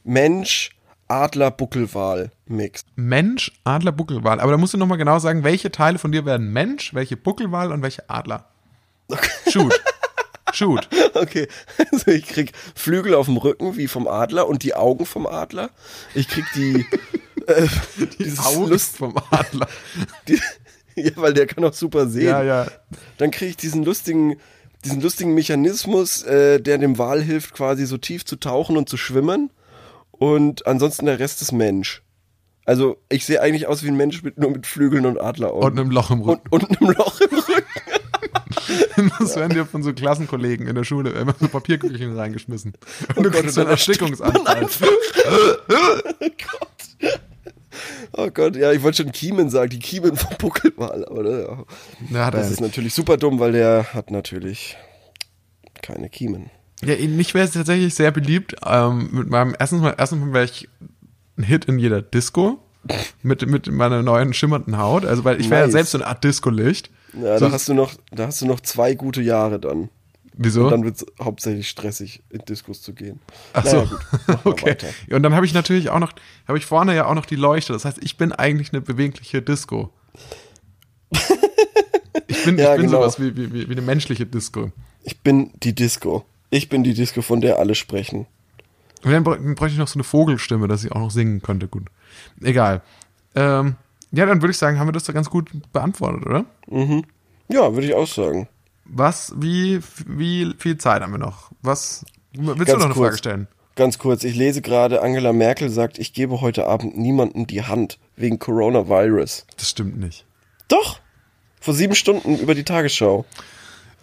[SPEAKER 1] Mensch, Adler, Buckelwal Mix.
[SPEAKER 2] Mensch, Adler, Buckelwal. Aber da musst du nochmal genau sagen, welche Teile von dir werden Mensch, welche Buckelwal und welche Adler. Shoot. Shoot.
[SPEAKER 1] Okay, also ich krieg Flügel auf dem Rücken wie vom Adler und die Augen vom Adler. Ich krieg die, äh, dieses
[SPEAKER 2] Augen
[SPEAKER 1] Lust,
[SPEAKER 2] vom Adler.
[SPEAKER 1] die, ja, weil der kann auch super sehen.
[SPEAKER 2] Ja, ja.
[SPEAKER 1] Dann krieg ich diesen lustigen, diesen lustigen Mechanismus, äh, der dem Wal hilft, quasi so tief zu tauchen und zu schwimmen. Und ansonsten der Rest ist Mensch. Also ich sehe eigentlich aus wie ein Mensch mit nur mit Flügeln und Adleraugen.
[SPEAKER 2] Und einem Loch im Rücken.
[SPEAKER 1] und, und einem Loch im Rücken.
[SPEAKER 2] Das werden dir von so Klassenkollegen in der Schule immer so Papierkügelchen reingeschmissen. Und du
[SPEAKER 1] Oh Gott,
[SPEAKER 2] kriegst so einen
[SPEAKER 1] und dann
[SPEAKER 2] Erstickungsanfall.
[SPEAKER 1] Oh Gott, ja, ich wollte schon Kiemen sagen, die Kiemen vom Buckelwal, aber ja.
[SPEAKER 2] Ja, hat er
[SPEAKER 1] Das ist
[SPEAKER 2] nicht.
[SPEAKER 1] natürlich super dumm, weil der hat natürlich keine Kiemen.
[SPEAKER 2] ja, mich wäre es tatsächlich sehr beliebt. Ähm, mit meinem, erstens mal, erstens mal wäre ich ein Hit in jeder Disco. Mit, mit meiner neuen schimmernden Haut. Also, weil ich wäre ja
[SPEAKER 1] Nice.
[SPEAKER 2] selbst so eine Art Disco-Licht.
[SPEAKER 1] Ja,
[SPEAKER 2] So-
[SPEAKER 1] da, hast du noch, da hast du noch zwei gute Jahre dann.
[SPEAKER 2] Wieso?
[SPEAKER 1] Und dann wird es hauptsächlich stressig, in Diskos zu gehen.
[SPEAKER 2] Ach so,
[SPEAKER 1] Naja, gut, machen wir
[SPEAKER 2] okay.
[SPEAKER 1] weiter.
[SPEAKER 2] Und dann habe ich natürlich auch noch, habe ich vorne ja auch noch die Leuchte. Das heißt, ich bin eigentlich eine bewegliche Disco. Ich bin,
[SPEAKER 1] Ja,
[SPEAKER 2] ich bin
[SPEAKER 1] genau.
[SPEAKER 2] sowas wie, wie, wie wie eine menschliche Disco.
[SPEAKER 1] Ich bin die Disco. Ich bin die Disco, von der alle sprechen.
[SPEAKER 2] Und dann brä- dann bräuchte ich noch so eine Vogelstimme, dass ich auch noch singen könnte. Gut. Egal. Ähm, ja, dann würde ich sagen, haben wir das doch ganz gut beantwortet, oder?
[SPEAKER 1] Ja, würde ich auch sagen.
[SPEAKER 2] Was, wie, wie viel Zeit haben wir noch? Was, willst du
[SPEAKER 1] Ganz
[SPEAKER 2] noch eine
[SPEAKER 1] kurz.
[SPEAKER 2] Frage stellen?
[SPEAKER 1] Ganz kurz, ich lese gerade, Angela Merkel sagt, ich gebe heute Abend niemandem die Hand wegen Coronavirus.
[SPEAKER 2] Das stimmt nicht.
[SPEAKER 1] Doch, vor sieben Stunden über die Tagesschau.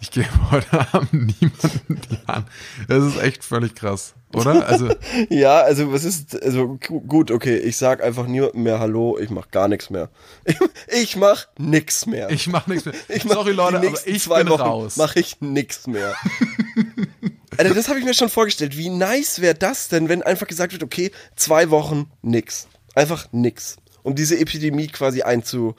[SPEAKER 2] Ich gebe heute Abend niemanden die Hand. Das ist echt völlig krass, oder? Also,
[SPEAKER 1] Ja, also was ist, also gu- gut, okay, ich sag einfach niemandem mehr Hallo, ich mach gar nichts mehr. Ich, ich mach nix mehr.
[SPEAKER 2] ich mache nichts mehr.
[SPEAKER 1] Ich mach
[SPEAKER 2] Sorry, Leute,
[SPEAKER 1] die
[SPEAKER 2] aber
[SPEAKER 1] nächsten
[SPEAKER 2] ich
[SPEAKER 1] zwei
[SPEAKER 2] bin
[SPEAKER 1] Wochen
[SPEAKER 2] raus.
[SPEAKER 1] Mach ich nix mehr. also das habe ich mir schon vorgestellt. Wie nice wäre das denn, wenn einfach gesagt wird, okay, zwei Wochen nix. Einfach nix. Um diese Epidemie quasi einzu.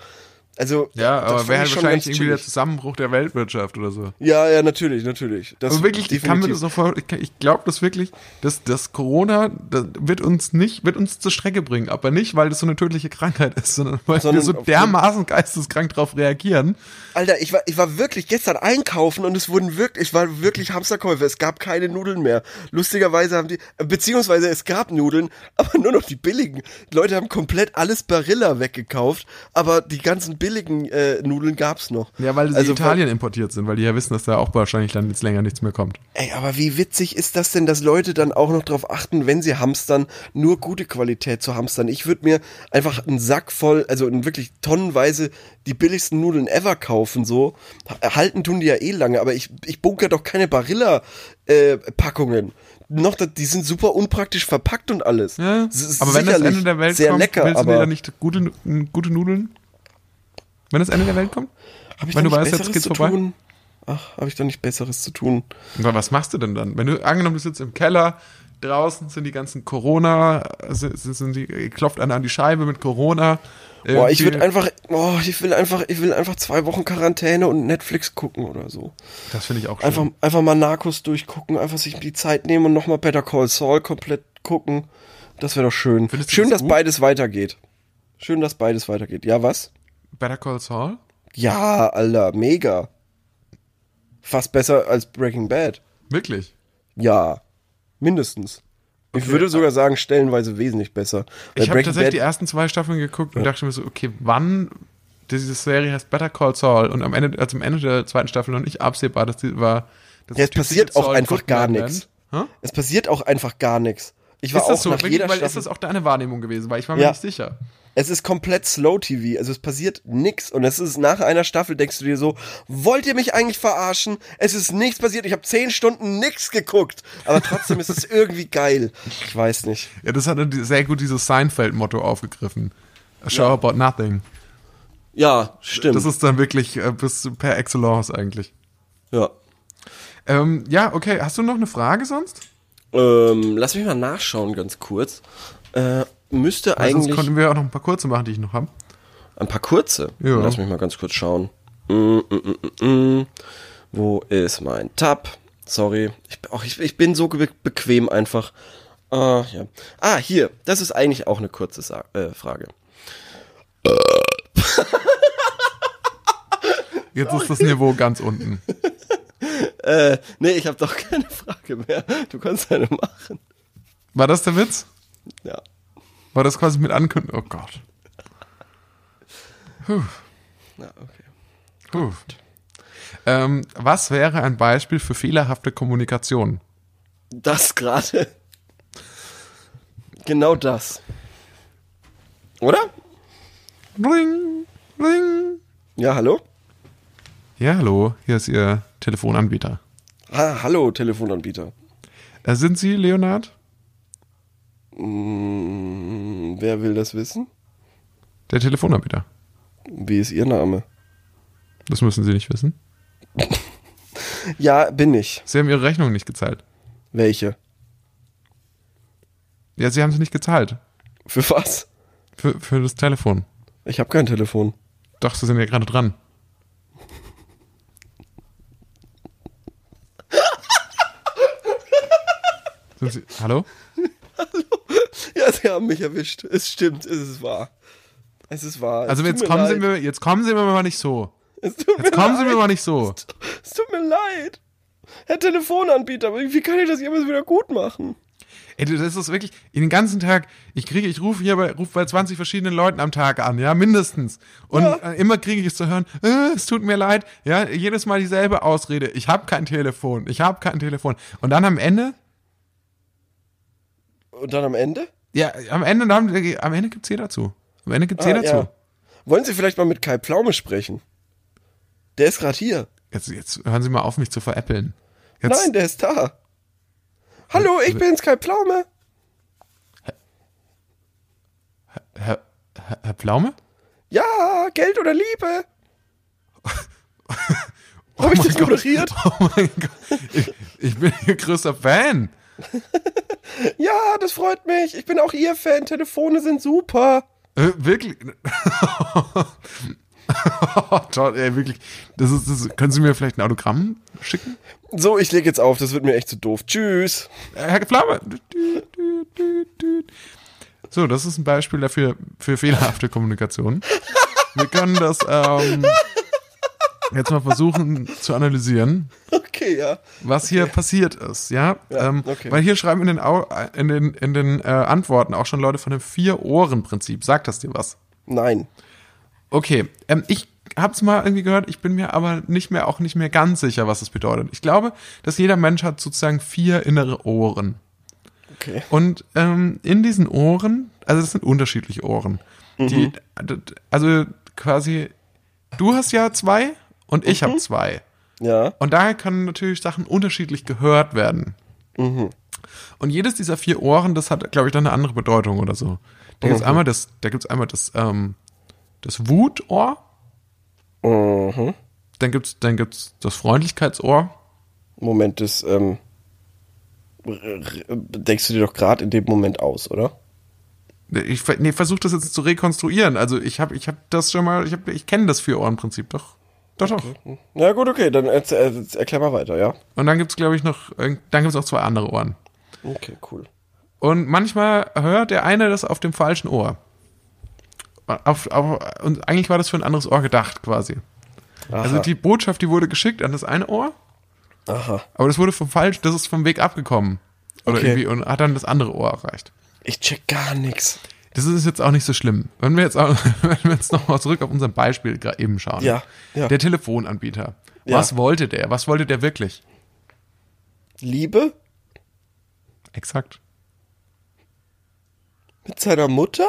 [SPEAKER 1] Also,
[SPEAKER 2] ja,
[SPEAKER 1] das
[SPEAKER 2] aber
[SPEAKER 1] fand
[SPEAKER 2] wäre halt
[SPEAKER 1] ich schon
[SPEAKER 2] wahrscheinlich
[SPEAKER 1] ganz
[SPEAKER 2] irgendwie der
[SPEAKER 1] chillig.
[SPEAKER 2] Zusammenbruch der Weltwirtschaft oder so.
[SPEAKER 1] Ja, ja, natürlich, natürlich. Das
[SPEAKER 2] Aber wirklich, ich kann mir das
[SPEAKER 1] definitiv.
[SPEAKER 2] noch vor, ich, kann- ich glaube das wirklich, dass das Corona das wird uns nicht, wird uns zur Strecke bringen, aber nicht, weil das so eine tödliche Krankheit ist, sondern weil
[SPEAKER 1] Sondern
[SPEAKER 2] wir so
[SPEAKER 1] aufgrund-
[SPEAKER 2] dermaßen geisteskrank drauf reagieren.
[SPEAKER 1] Alter, ich war, ich war wirklich gestern einkaufen und es wurden wirklich, ich war wirklich Hamsterkäufer. Es gab keine Nudeln mehr. Lustigerweise haben die, äh, beziehungsweise es gab Nudeln, aber nur noch die billigen. Die Leute haben komplett alles Barilla weggekauft, aber die ganzen billigen äh, Nudeln gab's noch.
[SPEAKER 2] Ja, weil sie
[SPEAKER 1] Also,
[SPEAKER 2] Italien importiert sind, weil die ja wissen, dass da auch wahrscheinlich dann jetzt länger nichts mehr kommt.
[SPEAKER 1] Ey, aber wie witzig ist das denn, dass Leute dann auch noch darauf achten, wenn sie hamstern, nur gute Qualität zu hamstern. Ich würde mir einfach einen Sack voll, also einen wirklich tonnenweise die billigsten Nudeln ever kaufen, so. Halten tun die ja eh lange, aber ich, ich bunker doch keine Barilla-Packungen. noch, da- die sind super unpraktisch verpackt und alles.
[SPEAKER 2] Ja,
[SPEAKER 1] S- ist
[SPEAKER 2] aber wenn das
[SPEAKER 1] sicherlich
[SPEAKER 2] Ende der Welt
[SPEAKER 1] sehr
[SPEAKER 2] kommt,
[SPEAKER 1] lecker,
[SPEAKER 2] willst du
[SPEAKER 1] aber
[SPEAKER 2] dir dann nicht gute, Nu- gute Nudeln? Wenn das Ende der Welt kommt?
[SPEAKER 1] hab ich
[SPEAKER 2] wenn
[SPEAKER 1] da
[SPEAKER 2] du
[SPEAKER 1] nicht
[SPEAKER 2] weißt, jetzt
[SPEAKER 1] Besseres
[SPEAKER 2] geht's
[SPEAKER 1] zu
[SPEAKER 2] vorbei?
[SPEAKER 1] Tun? Ach, habe ich doch nicht Besseres zu tun.
[SPEAKER 2] Aber was machst du denn dann? Wenn du angenommen, du sitzt im Keller, draußen sind die ganzen Corona, sind, sind die, klopft einer an die Scheibe mit Corona.
[SPEAKER 1] Boah, ich
[SPEAKER 2] Irgendwie-
[SPEAKER 1] würde einfach, oh, ich will einfach, ich will einfach zwei Wochen Quarantäne und Netflix gucken oder so.
[SPEAKER 2] Das finde ich auch schön.
[SPEAKER 1] Einfach, einfach mal Narcos durchgucken, einfach sich die Zeit nehmen und nochmal Better Call Saul komplett gucken. Das wäre doch schön.
[SPEAKER 2] Findest du
[SPEAKER 1] schön,
[SPEAKER 2] das
[SPEAKER 1] dass
[SPEAKER 2] gut?
[SPEAKER 1] beides weitergeht. Schön, dass beides weitergeht. Ja, was?
[SPEAKER 2] Better Call Saul?
[SPEAKER 1] Ja, Alter, mega. Fast besser als Breaking Bad.
[SPEAKER 2] Wirklich?
[SPEAKER 1] Ja, mindestens. Ich würde sogar sagen, stellenweise wesentlich besser. Weil
[SPEAKER 2] Ich habe tatsächlich
[SPEAKER 1] Bad-
[SPEAKER 2] die ersten zwei Staffeln geguckt und dachte mir so, okay, wann diese Serie heißt Better Call Saul und am Ende, als am Ende der zweiten Staffel noch nicht absehbar, dass die war. Dass
[SPEAKER 1] Ja, es
[SPEAKER 2] die Typen
[SPEAKER 1] passiert
[SPEAKER 2] jetzt
[SPEAKER 1] auch
[SPEAKER 2] Saul
[SPEAKER 1] einfach
[SPEAKER 2] Goodman
[SPEAKER 1] gar
[SPEAKER 2] nennen.
[SPEAKER 1] nichts.
[SPEAKER 2] Hä?
[SPEAKER 1] Es passiert auch einfach gar nichts. Ich war
[SPEAKER 2] Ist das
[SPEAKER 1] auch
[SPEAKER 2] so?
[SPEAKER 1] nach
[SPEAKER 2] Wirklich?
[SPEAKER 1] jeder
[SPEAKER 2] Weil
[SPEAKER 1] Staffel.
[SPEAKER 2] ist das auch deine Wahrnehmung gewesen? Weil ich war mir
[SPEAKER 1] Ja.
[SPEAKER 2] nicht sicher.
[SPEAKER 1] Es ist komplett Slow TV, also es passiert nix und es ist nach einer Staffel denkst du dir so, wollt ihr mich eigentlich verarschen? Es ist nichts passiert, ich habe zehn Stunden nix geguckt, aber trotzdem ist es irgendwie geil. Ich weiß nicht.
[SPEAKER 2] Ja, das hat sehr gut dieses Seinfeld-Motto aufgegriffen. A show about nothing.
[SPEAKER 1] Ja, stimmt.
[SPEAKER 2] Das ist dann wirklich äh, bis per excellence eigentlich.
[SPEAKER 1] ja.
[SPEAKER 2] Ähm, ja, okay. Hast du noch eine Frage sonst?
[SPEAKER 1] Ähm, lass mich mal nachschauen ganz kurz. Äh, müsste
[SPEAKER 2] Weil sonst
[SPEAKER 1] eigentlich
[SPEAKER 2] Also, konnten wir auch noch ein paar kurze machen, die ich noch habe.
[SPEAKER 1] ein paar kurze.
[SPEAKER 2] Ja.
[SPEAKER 1] Lass mich mal ganz kurz schauen. Mm, mm, mm, mm, mm. Wo ist mein Tab? Sorry, ich, bin- ach, ich, ich bin so be bequem einfach. Ah, ja. ah, hier, das ist eigentlich auch eine kurze Sa äh, Frage.
[SPEAKER 2] Jetzt ist das Niveau ganz unten.
[SPEAKER 1] Äh, nee, ich habe doch keine Frage mehr. Du kannst eine machen.
[SPEAKER 2] War das der Witz?
[SPEAKER 1] Ja.
[SPEAKER 2] War das quasi mit Ankündigung? Oh Gott.
[SPEAKER 1] Na, Ah, okay.
[SPEAKER 2] Puh. Ähm, was wäre ein Beispiel für fehlerhafte Kommunikation?
[SPEAKER 1] Das gerade. Genau das. Oder?
[SPEAKER 2] Ring, ring.
[SPEAKER 1] Ja, hallo?
[SPEAKER 2] Ja, hallo, hier ist Ihr Telefonanbieter.
[SPEAKER 1] Ah, hallo, Telefonanbieter.
[SPEAKER 2] Äh, sind Sie Leonard?
[SPEAKER 1] Mm, wer will das wissen?
[SPEAKER 2] Der Telefonanbieter.
[SPEAKER 1] Wie ist Ihr Name?
[SPEAKER 2] Das müssen Sie nicht wissen.
[SPEAKER 1] Ja, bin ich.
[SPEAKER 2] Sie haben Ihre Rechnung nicht gezahlt.
[SPEAKER 1] Welche?
[SPEAKER 2] Ja, Sie haben sie nicht gezahlt.
[SPEAKER 1] Für was?
[SPEAKER 2] Für, für das Telefon.
[SPEAKER 1] Ich habe kein Telefon.
[SPEAKER 2] Doch, Sie sind ja gerade dran. sind Sie, hallo?
[SPEAKER 1] Ja, sie haben mich erwischt. Es stimmt, es ist wahr. Es ist wahr.
[SPEAKER 2] Also
[SPEAKER 1] es
[SPEAKER 2] jetzt
[SPEAKER 1] tut
[SPEAKER 2] kommen,
[SPEAKER 1] mir
[SPEAKER 2] Sie
[SPEAKER 1] leid.
[SPEAKER 2] mir, jetzt kommen Sie mir mal nicht so.
[SPEAKER 1] Es tut mir
[SPEAKER 2] Jetzt kommen Sie
[SPEAKER 1] leid.
[SPEAKER 2] mir mal nicht so.
[SPEAKER 1] Es tut mir leid. Herr Telefonanbieter, wie kann ich das jemals wieder gut machen?
[SPEAKER 2] Ey, du, das ist wirklich, den ganzen Tag, ich kriege, ich rufe hier bei, rufe bei 20 verschiedenen Leuten am Tag an, ja, mindestens. Und
[SPEAKER 1] Ja.
[SPEAKER 2] äh, immer kriege ich es zu hören, äh, es tut mir leid, ja, jedes Mal dieselbe Ausrede, ich habe kein Telefon, ich habe kein Telefon. Und dann am Ende,
[SPEAKER 1] Und dann am Ende?
[SPEAKER 2] ja, am Ende, dann, äh, am Ende gibt's hier dazu. Am Ende gibt's hier
[SPEAKER 1] Ah,
[SPEAKER 2] dazu.
[SPEAKER 1] ja. Wollen Sie vielleicht mal mit Kai Pflaume sprechen? Der ist gerade hier.
[SPEAKER 2] Jetzt, jetzt hören Sie mal auf, mich zu veräppeln. Jetzt, Also-
[SPEAKER 1] Nein, der ist da. Hallo, ich bin's, Kai Pflaume.
[SPEAKER 2] Herr, Herr, Herr Pflaume?
[SPEAKER 1] Ja, Geld oder Liebe? Habe ich das moderiert?
[SPEAKER 2] Oh mein Gott, ich, ich bin Ihr größter Fan.
[SPEAKER 1] Ja, das freut mich. Ich bin auch Ihr Fan. Telefone sind super.
[SPEAKER 2] Äh, wirklich? oh, toll, ey, wirklich. Das ist, das, können Sie mir vielleicht ein Autogramm schicken?
[SPEAKER 1] So, ich leg jetzt auf. Das wird mir echt zu doof. Tschüss.
[SPEAKER 2] Äh, Herr Flamme. Dü, dü, dü, dü. So, das ist ein Beispiel dafür, für fehlerhafte Kommunikation. Wir können das ähm, jetzt mal versuchen zu analysieren,
[SPEAKER 1] Okay, ja.
[SPEAKER 2] was hier passiert ist, ja?
[SPEAKER 1] Ja,
[SPEAKER 2] ähm,
[SPEAKER 1] okay.
[SPEAKER 2] Weil hier schreiben in den, Au in den, äh, in den äh, Antworten auch schon Leute von dem Vier-Ohren-Prinzip. Sagt das dir was?
[SPEAKER 1] Nein.
[SPEAKER 2] Okay, ähm, ich hab's mal irgendwie gehört, ich bin mir aber nicht mehr auch nicht mehr ganz sicher, was das bedeutet. Ich glaube, dass jeder Mensch hat sozusagen vier innere Ohren.
[SPEAKER 4] Okay.
[SPEAKER 2] Und ähm, in diesen Ohren, also das sind unterschiedliche Ohren. Die, also quasi, du hast ja zwei und ich habe zwei.
[SPEAKER 4] Ja.
[SPEAKER 2] Und daher können natürlich Sachen unterschiedlich gehört werden. Und jedes dieser vier Ohren, das hat, glaube ich, dann eine andere Bedeutung oder so. Da gibt's einmal das, da gibt's einmal das, ähm, das Wutohr,
[SPEAKER 4] Mhm.
[SPEAKER 2] dann gibt's, dann gibt's das Freundlichkeitsohr.
[SPEAKER 1] Moment, das, ähm, denkst du dir doch gerade in dem Moment aus, oder?
[SPEAKER 2] Ich ver- nee, versuche das jetzt zu rekonstruieren. Also ich habe, ich habe das schon mal, ich habe, ich kenne das vier Ohrenprinzip doch, doch, doch.
[SPEAKER 1] Na gut, okay, dann erz- erz- erklär mal weiter, ja?
[SPEAKER 2] Und dann gibt's, glaube ich, noch, irgend- dann gibt's noch zwei andere Ohren.
[SPEAKER 1] Okay, cool.
[SPEAKER 2] Und manchmal hört der eine das auf dem falschen Ohr. Auf, auf, und eigentlich war das für ein anderes Ohr gedacht, quasi. Also die Botschaft, die wurde geschickt an das eine Ohr,
[SPEAKER 1] Aha.
[SPEAKER 2] aber das wurde vom falsch, das ist vom Weg abgekommen. Oder
[SPEAKER 1] Okay.
[SPEAKER 2] irgendwie und hat dann das andere Ohr erreicht.
[SPEAKER 1] Ich check gar nichts.
[SPEAKER 2] Das ist jetzt auch nicht so schlimm. Wenn wir jetzt, auch- wenn wir jetzt nochmal zurück auf unser Beispiel gra- eben schauen.
[SPEAKER 1] Ja, ja.
[SPEAKER 2] Der Telefonanbieter.
[SPEAKER 1] Ja.
[SPEAKER 2] Was wollte der? Was wollte der wirklich?
[SPEAKER 1] Liebe
[SPEAKER 2] Exakt.
[SPEAKER 1] mit seiner Mutter?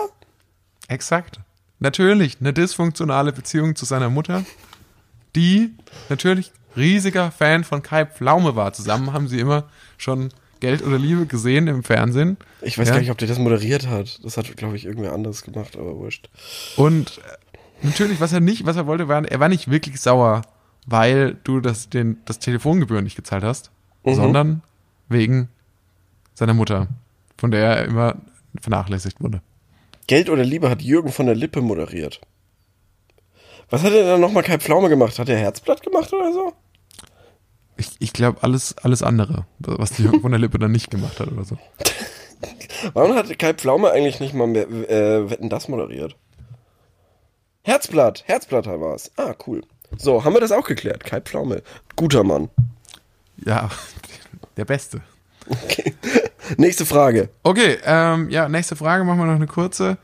[SPEAKER 2] Exakt. Natürlich, eine dysfunktionale Beziehung zu seiner Mutter, die natürlich riesiger Fan von Kai Pflaume war. Zusammen haben sie immer schon Geld oder Liebe gesehen im Fernsehen.
[SPEAKER 1] Ich weiß
[SPEAKER 2] Ja.
[SPEAKER 1] gar nicht, ob der das moderiert hat. Das hat, glaube ich, irgendwer anderes gemacht, aber wurscht.
[SPEAKER 2] Und äh, natürlich, was er nicht, was er wollte, war, er war nicht wirklich sauer, weil du das, den, das Telefongebühr nicht gezahlt hast, sondern wegen seiner Mutter, von der er immer vernachlässigt wurde.
[SPEAKER 1] Geld oder Liebe hat Jürgen von der Lippe moderiert. Was hat er dann nochmal Kai Pflaume gemacht? Hat er Herzblatt gemacht oder so?
[SPEAKER 2] Ich, ich glaube, alles, alles andere, was die von der Lippe dann nicht gemacht hat oder so.
[SPEAKER 1] Warum hat Kai Pflaume eigentlich nicht mal mehr, äh, Wetten das moderiert? Herzblatt, Herzblatt war es. Ah, cool. So, haben wir das auch geklärt. Kai Pflaume, guter Mann.
[SPEAKER 2] Ja, der Beste.
[SPEAKER 1] Okay. Nächste Frage.
[SPEAKER 2] Okay, ähm, ja, nächste Frage machen wir noch eine kurze.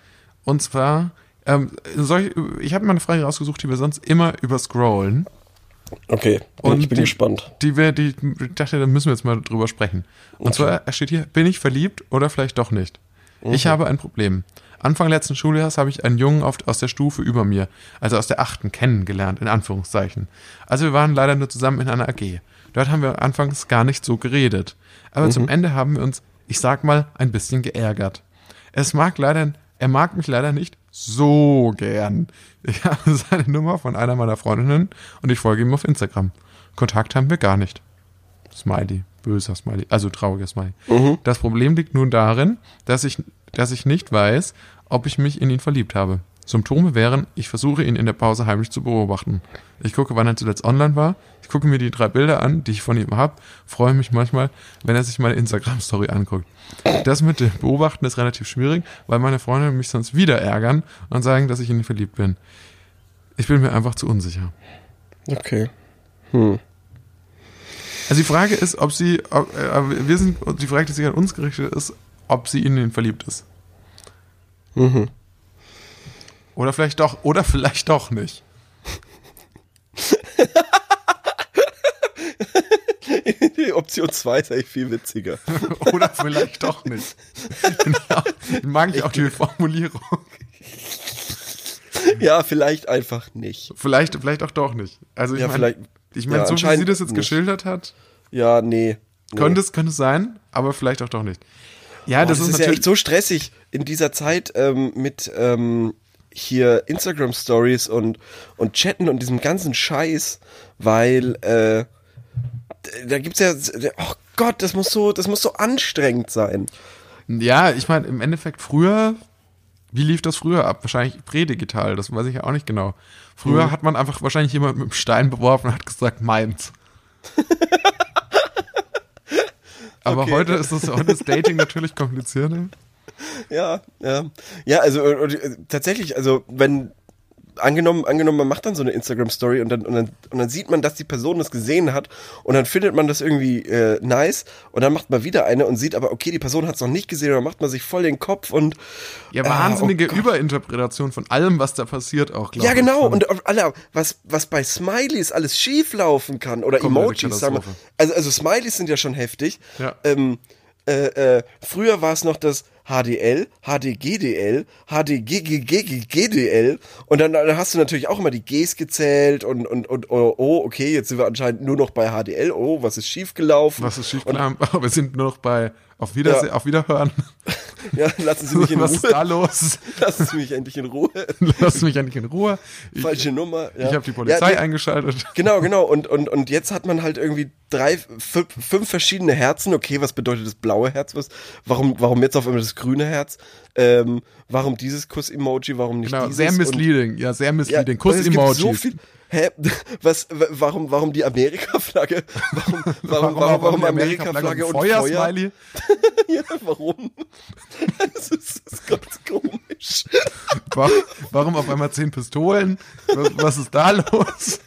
[SPEAKER 2] Und zwar, ähm, soll ich, ich habe mal eine Frage rausgesucht, die wir sonst immer überscrollen.
[SPEAKER 1] Okay, bin,
[SPEAKER 2] Und
[SPEAKER 1] ich bin
[SPEAKER 2] die,
[SPEAKER 1] gespannt.
[SPEAKER 2] Die wir, die, ich dachte, da müssen wir jetzt mal drüber sprechen. Und zwar steht hier, bin ich verliebt oder vielleicht doch nicht? Ich habe ein Problem. Anfang letzten Schuljahres habe ich einen Jungen auf, aus der Stufe über mir, also aus der achten, kennengelernt, in Anführungszeichen. Also wir waren leider nur zusammen in einer AG. Dort haben wir anfangs gar nicht so geredet. Aber zum
[SPEAKER 1] Mhm.
[SPEAKER 2] Ende haben wir uns, ich sag mal, ein bisschen geärgert. Es mag leider, er mag mich leider nicht so gern. Ich habe seine Nummer von einer meiner Freundinnen und ich folge ihm auf Instagram. Kontakt haben wir gar nicht. Smiley, böser Smiley, also trauriger Smiley. Das Problem liegt nun darin, dass ich, dass ich nicht weiß, ob ich mich in ihn verliebt habe. Symptome wären, ich versuche ihn in der Pause heimlich zu beobachten. Ich gucke, wann er zuletzt online war. Ich gucke mir die drei Bilder an, die ich von ihm habe. Freue mich manchmal, wenn er sich meine Instagram-Story anguckt. Das mit dem Beobachten ist relativ schwierig, weil meine Freunde mich sonst wieder ärgern und sagen, dass ich in ihn verliebt bin. Ich bin mir einfach zu unsicher.
[SPEAKER 1] Okay.
[SPEAKER 2] Also die Frage ist, ob sie, ob, äh, wir sind, die Frage, die sich an uns gerichtet ist, ob sie in ihn verliebt ist.
[SPEAKER 1] Mhm.
[SPEAKER 2] Oder vielleicht doch, oder vielleicht doch nicht.
[SPEAKER 1] Die Option 2 ist eigentlich viel witziger.
[SPEAKER 2] oder vielleicht doch nicht. Genau. Mag ich auch die Formulierung.
[SPEAKER 1] ja, vielleicht einfach nicht.
[SPEAKER 2] Vielleicht, vielleicht auch doch nicht. Also ich
[SPEAKER 1] Ja,
[SPEAKER 2] meine,
[SPEAKER 1] vielleicht-
[SPEAKER 2] ich meine,
[SPEAKER 1] ja,
[SPEAKER 2] so wie sie
[SPEAKER 1] anscheinend
[SPEAKER 2] das jetzt
[SPEAKER 1] nicht.
[SPEAKER 2] geschildert hat,
[SPEAKER 1] Ja, nee. nee.
[SPEAKER 2] könnte es, könnte es sein, aber vielleicht auch doch nicht. Ja,
[SPEAKER 1] Oh,
[SPEAKER 2] das, ist,
[SPEAKER 1] ja
[SPEAKER 2] natürlich
[SPEAKER 1] echt so stressig in dieser Zeit ähm, mit ähm, hier Instagram Stories und und Chatten und diesem ganzen Scheiß, weil äh, d- da gibt's ja oh Gott, das muss so das muss so anstrengend sein.
[SPEAKER 2] Ja, ich meine, im Endeffekt früher, wie lief das früher ab? Wahrscheinlich prädigital, das weiß ich ja auch nicht genau. Früher
[SPEAKER 1] Mhm.
[SPEAKER 2] hat man einfach wahrscheinlich jemand mit einem Stein beworfen und hat gesagt, meins. Aber
[SPEAKER 1] Okay.
[SPEAKER 2] heute ist das, heute ist Dating natürlich komplizierter.
[SPEAKER 1] Ja, ja. Ja, also und, und, äh, tatsächlich, also wenn angenommen, angenommen, man macht dann so eine Instagram-Story und dann, und, dann, und dann sieht man, dass die Person das gesehen hat und dann findet man das irgendwie äh, nice und dann macht man wieder eine und sieht aber, okay, die Person hat es noch nicht gesehen und dann macht man sich voll den Kopf und.
[SPEAKER 2] Ja,
[SPEAKER 1] Ah, oh
[SPEAKER 2] wahnsinnige
[SPEAKER 1] Gott.
[SPEAKER 2] Überinterpretation von allem, was da passiert auch, glaube
[SPEAKER 1] Ja,
[SPEAKER 2] ich.
[SPEAKER 1] genau.
[SPEAKER 2] Von-
[SPEAKER 1] Und äh, Alter, was, was bei Smileys alles schief laufen kann oder
[SPEAKER 2] Komplette
[SPEAKER 1] Emojis, sagen wir.
[SPEAKER 2] Katastrophe.
[SPEAKER 1] Also, also Smileys sind ja schon heftig.
[SPEAKER 2] Ja.
[SPEAKER 1] Ähm, äh, äh, früher war es noch das HDL, HDGDL, HDGGGGDL und dann, dann hast du natürlich auch immer die Gs gezählt und, und, und oh, oh, okay, jetzt sind wir anscheinend nur noch bei HDL, oh, was ist siegelaufen?
[SPEAKER 2] was ist schief aber wir sind nur noch bei auf, Wiederse
[SPEAKER 1] Ja.
[SPEAKER 2] auf Wiederhören.
[SPEAKER 1] Ja, lassen Sie mich in
[SPEAKER 2] was ist da
[SPEAKER 1] Ruhe.
[SPEAKER 2] los?
[SPEAKER 1] Lassen Sie mich endlich in Ruhe.
[SPEAKER 2] Lass mich eigentlich in Ruhe. Ich,
[SPEAKER 1] Falsche Nummer. Ja.
[SPEAKER 2] ich habe die Polizei
[SPEAKER 1] ja, nee,
[SPEAKER 2] eingeschaltet.
[SPEAKER 1] Genau, genau. Und, und, und jetzt hat man halt irgendwie drei, fünf, fünf verschiedene Herzen. Okay, was bedeutet das blaue Herz? Was, warum, warum jetzt auf einmal das grüne Herz? Ähm, warum dieses Kuss-Emoji? Warum nicht
[SPEAKER 2] Genau,
[SPEAKER 1] dieses?
[SPEAKER 2] sehr
[SPEAKER 1] Und-
[SPEAKER 2] misleading. Ja, sehr
[SPEAKER 1] Ja,
[SPEAKER 2] misleading.
[SPEAKER 1] und es gibt
[SPEAKER 2] Kuss-Emojis.
[SPEAKER 1] So viel, hä? Was, w- warum, warum die Amerika-Flagge? Warum, warum, warum, warum,
[SPEAKER 2] die
[SPEAKER 1] Amerika-Flagge und Feuer?
[SPEAKER 2] Feuersmiley?
[SPEAKER 1] Ja, warum? das, ist, das ist ganz komisch.
[SPEAKER 2] Warum, warum auf einmal zehn Pistolen? Was, was ist da los?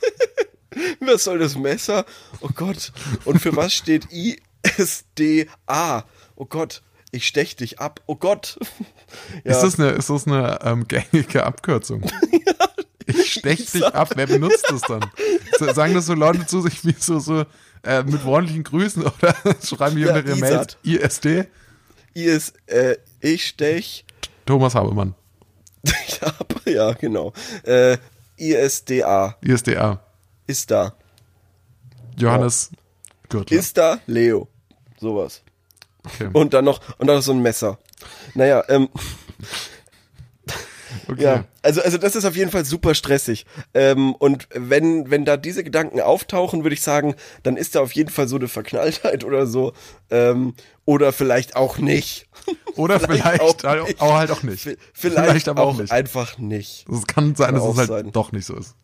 [SPEAKER 1] Was soll das Messer? Oh Gott. Und für was steht ISDA? Oh Gott, ich stech dich ab. Oh Gott. Ja,
[SPEAKER 2] Ist das eine, ist das eine ähm, gängige Abkürzung? Ich stech dich ab, wer benutzt das dann? So, sagen das so Leute zu sich wie so, so äh, mit freundlichen Grüßen oder schreiben die
[SPEAKER 1] Ja,
[SPEAKER 2] unter ihre Mails
[SPEAKER 1] Isat.
[SPEAKER 2] ISD?
[SPEAKER 1] IS, äh, ich stech
[SPEAKER 2] Thomas Habemann,
[SPEAKER 1] dich ab. Ja, genau. Äh, ISDA
[SPEAKER 2] ISDA,
[SPEAKER 1] ist da.
[SPEAKER 2] Johannes Gürtel.
[SPEAKER 1] Ist da Leo. Sowas.
[SPEAKER 2] Okay.
[SPEAKER 1] Und dann noch, und dann noch so ein Messer. Naja, ähm,
[SPEAKER 2] okay.
[SPEAKER 1] Ja, also, also das ist auf jeden Fall super stressig. Ähm, und wenn, wenn da diese Gedanken auftauchen, würde ich sagen, dann ist da auf jeden Fall so eine Verknalltheit oder so. Ähm, oder vielleicht auch nicht.
[SPEAKER 2] Oder vielleicht,
[SPEAKER 1] auch
[SPEAKER 2] auch,
[SPEAKER 1] nicht.
[SPEAKER 2] auch halt auch nicht.
[SPEAKER 1] V- Vielleicht, aber auch, einfach nicht.
[SPEAKER 2] Es kann sein, dass
[SPEAKER 1] Kann
[SPEAKER 2] es halt
[SPEAKER 1] auch sein.
[SPEAKER 2] doch nicht so ist.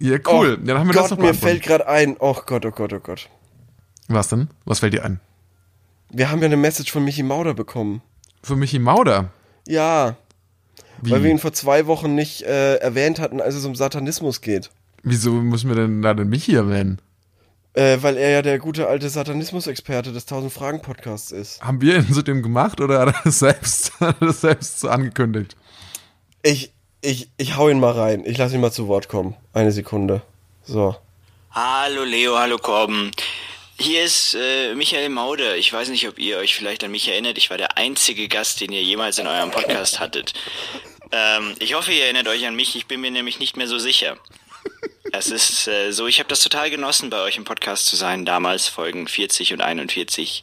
[SPEAKER 2] Ja, cool.
[SPEAKER 1] Oh,
[SPEAKER 2] dann haben wir
[SPEAKER 1] Gott,
[SPEAKER 2] das noch
[SPEAKER 1] mir
[SPEAKER 2] beantwortet.
[SPEAKER 1] fällt gerade ein. Oh Gott, oh Gott, oh Gott.
[SPEAKER 2] Was denn? Was fällt dir ein?
[SPEAKER 1] Wir haben ja eine Message von Michi Mauder bekommen.
[SPEAKER 2] Für Michi Mauder.
[SPEAKER 1] Ja,
[SPEAKER 2] Wie?
[SPEAKER 1] weil wir ihn vor zwei Wochen nicht äh, erwähnt hatten, als es um Satanismus geht.
[SPEAKER 2] Wieso müssen wir denn da den Michi erwähnen?
[SPEAKER 1] Äh, weil er ja der gute alte Satanismus-Experte des 1000-Fragen-Podcasts ist.
[SPEAKER 2] Haben wir ihn zu dem gemacht oder hat er das selbst, hat er das selbst so angekündigt?
[SPEAKER 1] Ich, ich, ich hau ihn mal rein. Ich lasse ihn mal zu Wort kommen. Eine Sekunde. So.
[SPEAKER 5] Hallo Leo, hallo Korben. Hier ist äh, Michael Mauder. Ich weiß nicht, ob ihr euch vielleicht an mich erinnert. Ich war der einzige Gast, den ihr jemals in eurem Podcast hattet. Ähm, ich hoffe, ihr erinnert euch an mich. Ich bin mir nämlich nicht mehr so sicher. Es ist äh, so, ich habe das total genossen, bei euch im Podcast zu sein, damals Folgen 40 und 41.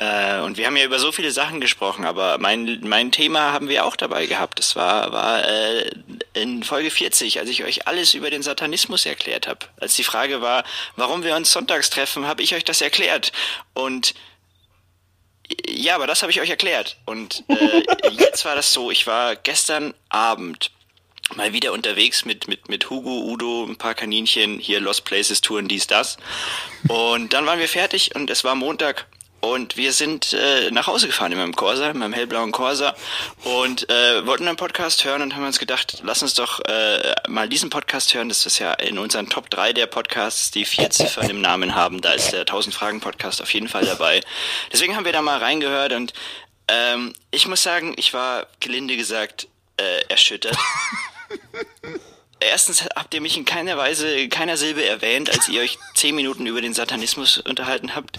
[SPEAKER 5] Äh, und wir haben ja über so viele Sachen gesprochen, aber mein, mein Thema haben wir auch dabei gehabt. Das war, war äh, in Folge 40, als ich euch alles über den Satanismus erklärt habe. Als die Frage war, warum wir uns sonntags treffen, habe ich euch das erklärt. Und ja, aber das habe ich euch erklärt. Und äh, jetzt war das so, ich war gestern Abend mal wieder unterwegs mit, mit, mit Hugo, Udo, ein paar Kaninchen, hier Lost Places Touren, dies, das. Und dann waren wir fertig und es war Montag und wir sind äh, nach Hause gefahren in meinem Corsa, in meinem hellblauen Corsa und äh, wollten einen Podcast hören und haben uns gedacht, lass uns doch äh, mal diesen Podcast hören. Das ist ja in unseren Top 3 der Podcasts, die vier Ziffern im Namen haben. Da ist der 1000 Fragen Podcast auf jeden Fall dabei. Deswegen haben wir da mal reingehört und ähm, ich muss sagen, ich war gelinde gesagt äh, erschüttert. Erstens habt ihr mich in keiner Weise, keiner Silbe erwähnt, als ihr euch zehn Minuten über den Satanismus unterhalten habt.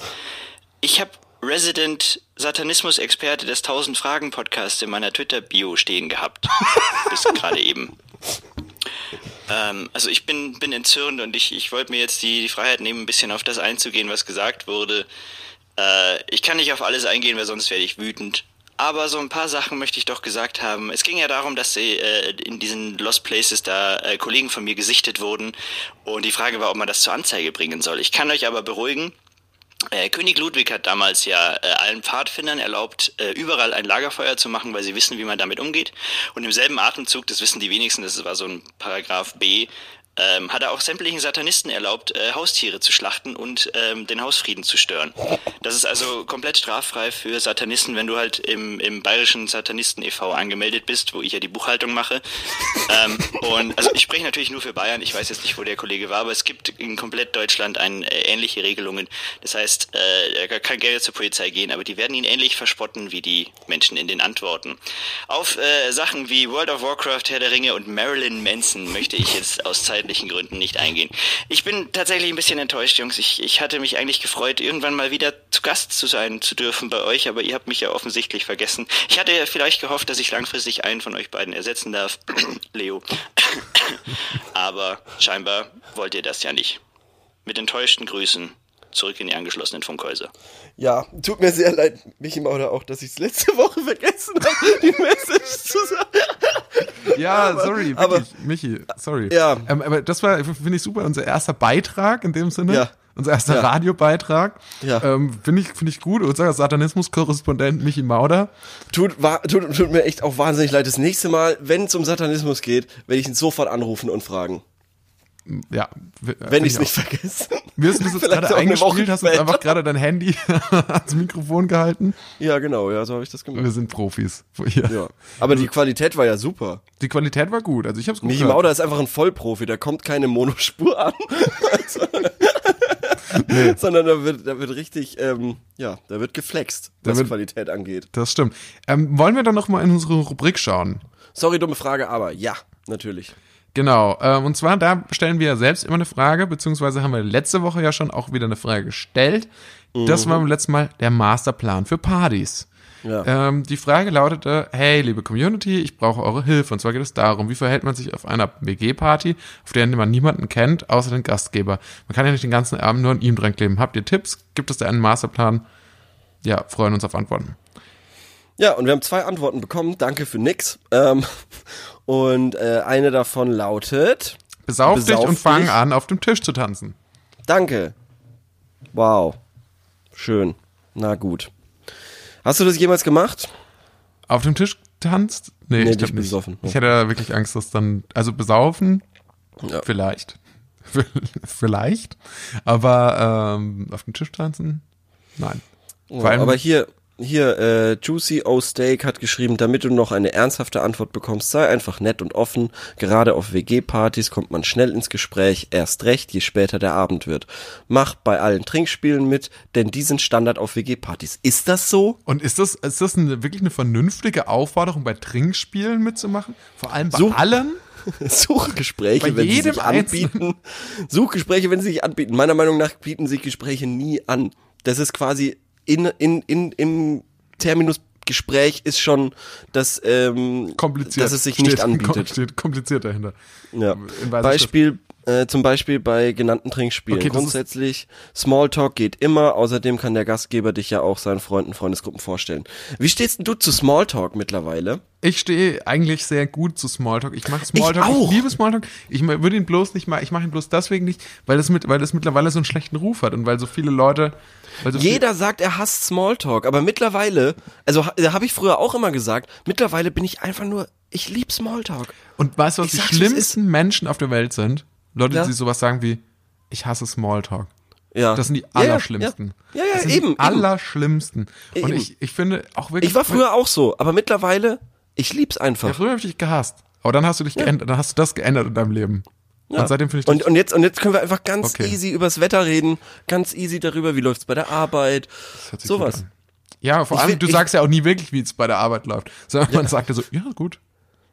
[SPEAKER 5] Ich habe Resident Satanismus-Experte des 1000 Fragen Podcasts in meiner Twitter-Bio stehen gehabt. Bis gerade eben. Ähm, also ich bin, bin entzürnt und ich, ich wollte mir jetzt die, die Freiheit nehmen, ein bisschen auf das einzugehen, was gesagt wurde. Äh, ich kann nicht auf alles eingehen, weil sonst werde ich wütend. Aber so ein paar Sachen möchte ich doch gesagt haben. Es ging ja darum, dass sie, äh, in diesen Lost Places da äh, Kollegen von mir gesichtet wurden. Und die Frage war, ob man das zur Anzeige bringen soll. Ich kann euch aber beruhigen, äh, König Ludwig hat damals ja äh, allen Pfadfindern erlaubt, äh, überall ein Lagerfeuer zu machen, weil sie wissen, wie man damit umgeht. Und im selben Atemzug, das wissen die wenigsten, das war so ein Paragraph B, ähm, hat er auch sämtlichen Satanisten erlaubt, äh, Haustiere zu schlachten und ähm, den Hausfrieden zu stören. Das ist also komplett straffrei für Satanisten, wenn du halt im, im bayerischen Satanisten e.V. angemeldet bist, wo ich ja die Buchhaltung mache. ähm, und also ich spreche natürlich nur für Bayern, ich weiß jetzt nicht, wo der Kollege war, aber es gibt in komplett Deutschland ein, äh, ähnliche Regelungen. Das heißt, äh, er kann gerne zur Polizei gehen, aber die werden ihn ähnlich verspotten wie die Menschen in den Antworten. Auf äh, Sachen wie World of Warcraft, Herr der Ringe und Marilyn Manson möchte ich jetzt aus zeitlichen Gründen nicht eingehen. Ich bin tatsächlich ein bisschen enttäuscht, Jungs. Ich, ich hatte mich eigentlich gefreut, irgendwann mal wieder zu Gast zu sein zu dürfen bei euch, aber ihr habt mich ja offensichtlich vergessen. Ich hatte ja vielleicht gehofft, dass ich langfristig einen von euch beiden ersetzen darf, Leo. aber scheinbar wollt ihr das ja nicht. Mit enttäuschten Grüßen zurück in die angeschlossenen Funkhäuser.
[SPEAKER 6] Ja, tut mir sehr leid, Michi Mauder, auch, dass ich es letzte Woche vergessen habe, die Message zu sagen.
[SPEAKER 2] Ja,
[SPEAKER 6] Aber-
[SPEAKER 2] sorry, wirklich,
[SPEAKER 6] aber-
[SPEAKER 2] Michi, sorry.
[SPEAKER 6] Ja.
[SPEAKER 2] Ähm, aber das war, finde ich super, unser erster Beitrag in dem Sinne.
[SPEAKER 6] Ja.
[SPEAKER 2] Unser erster
[SPEAKER 6] Ja.
[SPEAKER 2] Radiobeitrag.
[SPEAKER 6] Ja.
[SPEAKER 2] Ähm, finde ich, finde ich gut. Unser Satanismus-Korrespondent Michi Mauder.
[SPEAKER 1] Tut, wa- tut, tut mir echt auch wahnsinnig leid. Das nächste Mal, wenn es um Satanismus geht, werde ich ihn sofort anrufen und fragen.
[SPEAKER 2] Ja. w- äh,
[SPEAKER 1] Wenn
[SPEAKER 2] find
[SPEAKER 1] ich es
[SPEAKER 2] auch.
[SPEAKER 1] nicht vergesse.
[SPEAKER 2] Mir ist das jetzt
[SPEAKER 1] Vielleicht auch
[SPEAKER 2] gerade
[SPEAKER 1] eine Woche
[SPEAKER 2] eingespielt, hast uns
[SPEAKER 1] später.
[SPEAKER 2] einfach gerade dein Handy ans Mikrofon gehalten.
[SPEAKER 1] Ja, genau, ja, so habe ich das gemacht.
[SPEAKER 2] Wir sind Profis. Hier.
[SPEAKER 1] Ja. Aber die Qualität war ja super.
[SPEAKER 2] Die Qualität war gut. Also ich hab's gut
[SPEAKER 1] Michi
[SPEAKER 2] gehört.
[SPEAKER 1] Mauder ist einfach ein Vollprofi, da kommt keine Monospur an. Also- Sondern da wird, da wird richtig, ähm, ja, da wird geflext,
[SPEAKER 2] Da
[SPEAKER 1] was
[SPEAKER 2] wird-
[SPEAKER 1] Qualität angeht.
[SPEAKER 2] Das stimmt. Ähm, wollen wir dann noch mal in unsere Rubrik schauen?
[SPEAKER 1] Sorry, dumme Frage, aber ja, natürlich.
[SPEAKER 2] Genau. Ähm, und zwar, da stellen wir selbst immer eine Frage, beziehungsweise haben wir letzte Woche ja schon auch wieder eine Frage gestellt. Das war beim letzten Mal der Masterplan für Partys.
[SPEAKER 1] Mhm. Ja.
[SPEAKER 2] Ähm, die Frage lautete, hey, liebe Community, ich brauche eure Hilfe. Und zwar geht es darum, wie verhält man sich auf einer WG-Party, auf der man niemanden kennt, außer den Gastgeber. Man kann ja nicht den ganzen Abend nur an ihm dran kleben. Habt ihr Tipps? Gibt es da einen Masterplan? Ja, freuen uns auf Antworten.
[SPEAKER 1] Ja, und wir haben zwei Antworten bekommen. Danke für nix. Ähm, und äh, eine davon lautet.
[SPEAKER 2] Besauf, dich und
[SPEAKER 1] Besauf
[SPEAKER 2] fang
[SPEAKER 1] dich.
[SPEAKER 2] an, auf dem Tisch zu tanzen.
[SPEAKER 1] Danke. Wow. Schön. Na gut. Hast du das jemals gemacht?
[SPEAKER 2] Auf dem Tisch tanzt? Nee,
[SPEAKER 1] Nee,
[SPEAKER 2] ich glaub
[SPEAKER 1] dich
[SPEAKER 2] nicht.
[SPEAKER 1] besoffen.
[SPEAKER 2] Ich hätte da wirklich Angst, dass dann, also besaufen,
[SPEAKER 1] Ja.
[SPEAKER 2] vielleicht. vielleicht. Aber ähm, auf dem Tisch tanzen? Nein. Vor allem,
[SPEAKER 1] Oh, Aber hier, hier, äh, Juicy O Steak hat geschrieben, damit du noch eine ernsthafte Antwort bekommst, sei einfach nett und offen. Gerade auf WG-Partys kommt man schnell ins Gespräch, erst recht, je später der Abend wird. Mach bei allen Trinkspielen mit, denn die sind Standard auf WG-Partys. Ist das so?
[SPEAKER 2] und ist das, ist das eine, wirklich eine vernünftige Aufforderung, bei Trinkspielen mitzumachen? Vor allem bei
[SPEAKER 1] So-
[SPEAKER 2] allem?
[SPEAKER 1] Suchgespräche,
[SPEAKER 2] Bei
[SPEAKER 1] wenn sie
[SPEAKER 2] jedem
[SPEAKER 1] sich anbieten. Suchgespräche, wenn sie sich anbieten. Meiner Meinung nach bieten sich Gespräche nie an. Das ist quasi in, in, in, im Terminus Gespräch ist schon das, ähm,
[SPEAKER 2] Kompliziert.
[SPEAKER 1] dass es sich
[SPEAKER 2] Steht-
[SPEAKER 1] nicht anbietet.
[SPEAKER 2] Steht kompliziert dahinter.
[SPEAKER 1] Ja.
[SPEAKER 2] In weißer
[SPEAKER 1] Beispiel, äh, zum Beispiel bei genannten Trinkspielen.
[SPEAKER 2] Okay, das ist-
[SPEAKER 1] Grundsätzlich, Smalltalk geht immer. Außerdem kann der Gastgeber dich ja auch seinen Freunden, Freundesgruppen vorstellen. Wie stehst denn du zu Smalltalk mittlerweile?
[SPEAKER 2] Ich stehe eigentlich sehr gut zu Smalltalk. Ich mache Smalltalk. Ich,
[SPEAKER 1] auch.
[SPEAKER 2] liebe Smalltalk. Ich ma- würde ihn bloß nicht mal. Ich mache ihn bloß deswegen nicht, weil das mit, weil das mittlerweile so einen schlechten Ruf hat und weil so viele Leute. Weil so
[SPEAKER 1] Jeder sagt, er hasst Smalltalk, aber mittlerweile, also ha- habe ich früher auch immer gesagt, mittlerweile bin ich einfach nur, ich lieb Smalltalk.
[SPEAKER 2] Viel, und weißt du, was
[SPEAKER 1] Ich
[SPEAKER 2] die
[SPEAKER 1] sag's, wie es
[SPEAKER 2] schlimmsten Menschen auf der Welt sind? Leute,
[SPEAKER 1] Ja.
[SPEAKER 2] die sowas sagen wie: Ich hasse Smalltalk.
[SPEAKER 1] Ja.
[SPEAKER 2] Das sind die
[SPEAKER 1] Ja, ja,
[SPEAKER 2] allerschlimmsten.
[SPEAKER 1] Ja, ja,
[SPEAKER 2] das
[SPEAKER 1] ja
[SPEAKER 2] sind
[SPEAKER 1] eben.
[SPEAKER 2] Die
[SPEAKER 1] eben.
[SPEAKER 2] allerschlimmsten. Und
[SPEAKER 1] Eben.
[SPEAKER 2] ich, ich finde auch wirklich.
[SPEAKER 1] Ich war früher auch so, aber mittlerweile, ich lieb's
[SPEAKER 2] Ja,
[SPEAKER 1] einfach.
[SPEAKER 2] früher habe ich dich gehasst. Aber dann hast du dich geändert. Dann hast du das geändert in deinem Leben.
[SPEAKER 1] Ja.
[SPEAKER 2] Und seitdem finde ich das
[SPEAKER 1] und, und jetzt und jetzt können wir einfach ganz
[SPEAKER 2] Okay.
[SPEAKER 1] easy übers Wetter reden, ganz easy darüber, wie läuft's bei der Arbeit,
[SPEAKER 2] Hört sich
[SPEAKER 1] sowas.
[SPEAKER 2] gut an. Ja, vor
[SPEAKER 1] Ich
[SPEAKER 2] allem,
[SPEAKER 1] will-
[SPEAKER 2] du
[SPEAKER 1] ich-
[SPEAKER 2] sagst ja auch nie wirklich, wie es bei der Arbeit läuft. Sondern man sagt ja so, ja, gut.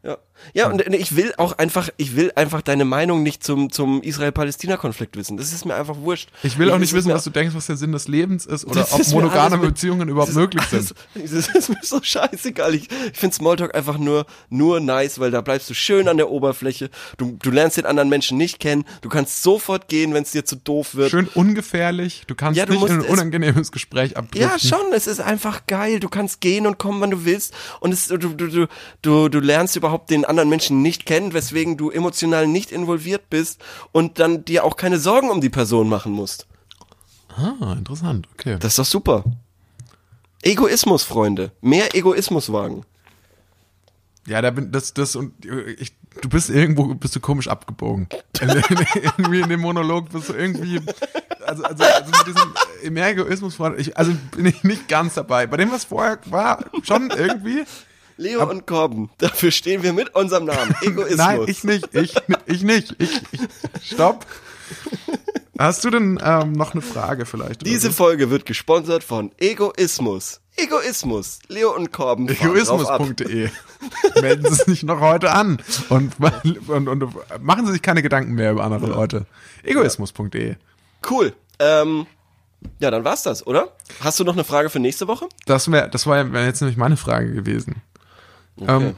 [SPEAKER 1] Ja, ja und, und ich will auch einfach, ich will einfach deine Meinung nicht zum zum Israel-Palästina-Konflikt wissen. Das ist mir einfach wurscht.
[SPEAKER 2] Ich will auch
[SPEAKER 1] ist
[SPEAKER 2] nicht
[SPEAKER 1] es
[SPEAKER 2] wissen,
[SPEAKER 1] mir-
[SPEAKER 2] was du denkst, was der Sinn des Lebens ist oder
[SPEAKER 1] Das
[SPEAKER 2] ob
[SPEAKER 1] ist mir
[SPEAKER 2] monogame
[SPEAKER 1] alles-
[SPEAKER 2] Beziehungen überhaupt
[SPEAKER 1] das ist
[SPEAKER 2] möglich
[SPEAKER 1] alles-
[SPEAKER 2] sind.
[SPEAKER 1] Das ist mir so scheißegal. Ich, ich finde Smalltalk einfach nur, nur nice, weil da bleibst du schön an der Oberfläche. Du, du lernst den anderen Menschen nicht kennen. Du kannst sofort gehen, wenn es dir zu doof wird.
[SPEAKER 2] Schön ungefährlich. Du kannst
[SPEAKER 1] Ja, du
[SPEAKER 2] nicht in
[SPEAKER 1] musst
[SPEAKER 2] ein
[SPEAKER 1] es-
[SPEAKER 2] unangenehmes Gespräch abdriften.
[SPEAKER 1] Ja, schon, es ist einfach geil. Du kannst gehen und kommen, wann du willst. Und es, du, du, du, du, du lernst überhaupt den anderen Menschen nicht kennen, weswegen du emotional nicht involviert bist und dann dir auch keine Sorgen um die Person machen musst.
[SPEAKER 2] Ah, interessant. Okay.
[SPEAKER 1] Das ist doch super. Egoismus, Freunde. Mehr Egoismus wagen.
[SPEAKER 2] ja, da bin das das und äh, ich du bist irgendwo, bist du komisch abgebogen. In- in- irgendwie in dem Monolog bist du irgendwie, also, also, also mit diesem Emergoismus, ich, also bin ich nicht ganz dabei. Bei dem, was vorher war, schon irgendwie.
[SPEAKER 1] Leo und Korben, dafür stehen wir mit unserem Namen. Egoismus.
[SPEAKER 2] Nein, ich nicht, ich, ich nicht, ich, ich, stopp. Hast du denn ähm, noch eine Frage vielleicht? oder
[SPEAKER 1] Diese
[SPEAKER 2] so?
[SPEAKER 1] Folge wird gesponsert von Egoismus. Egoismus. Leo und Korben. fahren drauf ab.
[SPEAKER 2] Egoismus.de. Melden Sie sich noch heute an und, und, und machen Sie sich keine Gedanken mehr über andere Leute. Egoismus.de.
[SPEAKER 1] Cool. Ähm, ja, dann war's das, oder? Hast du noch eine Frage für nächste Woche?
[SPEAKER 2] Das wäre, das war ja- wär jetzt nämlich meine Frage gewesen. Ähm,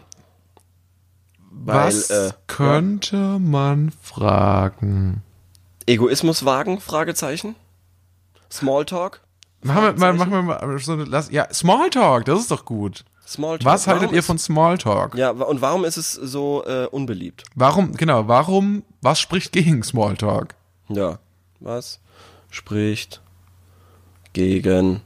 [SPEAKER 2] was
[SPEAKER 1] äh,
[SPEAKER 2] könnte man fragen?
[SPEAKER 1] Egoismus wagen? Fragezeichen. Smalltalk.
[SPEAKER 2] Machen wir mal, machen wir mal so eine, lass, ja, Smalltalk, das ist doch gut.
[SPEAKER 1] Smalltalk.
[SPEAKER 2] Was haltet
[SPEAKER 1] Warum
[SPEAKER 2] ihr
[SPEAKER 1] ist-
[SPEAKER 2] von Smalltalk?
[SPEAKER 1] Ja, wa- und warum ist es so äh, unbeliebt?
[SPEAKER 2] Warum, genau, warum, was spricht gegen Smalltalk?
[SPEAKER 1] Ja. Was spricht gegen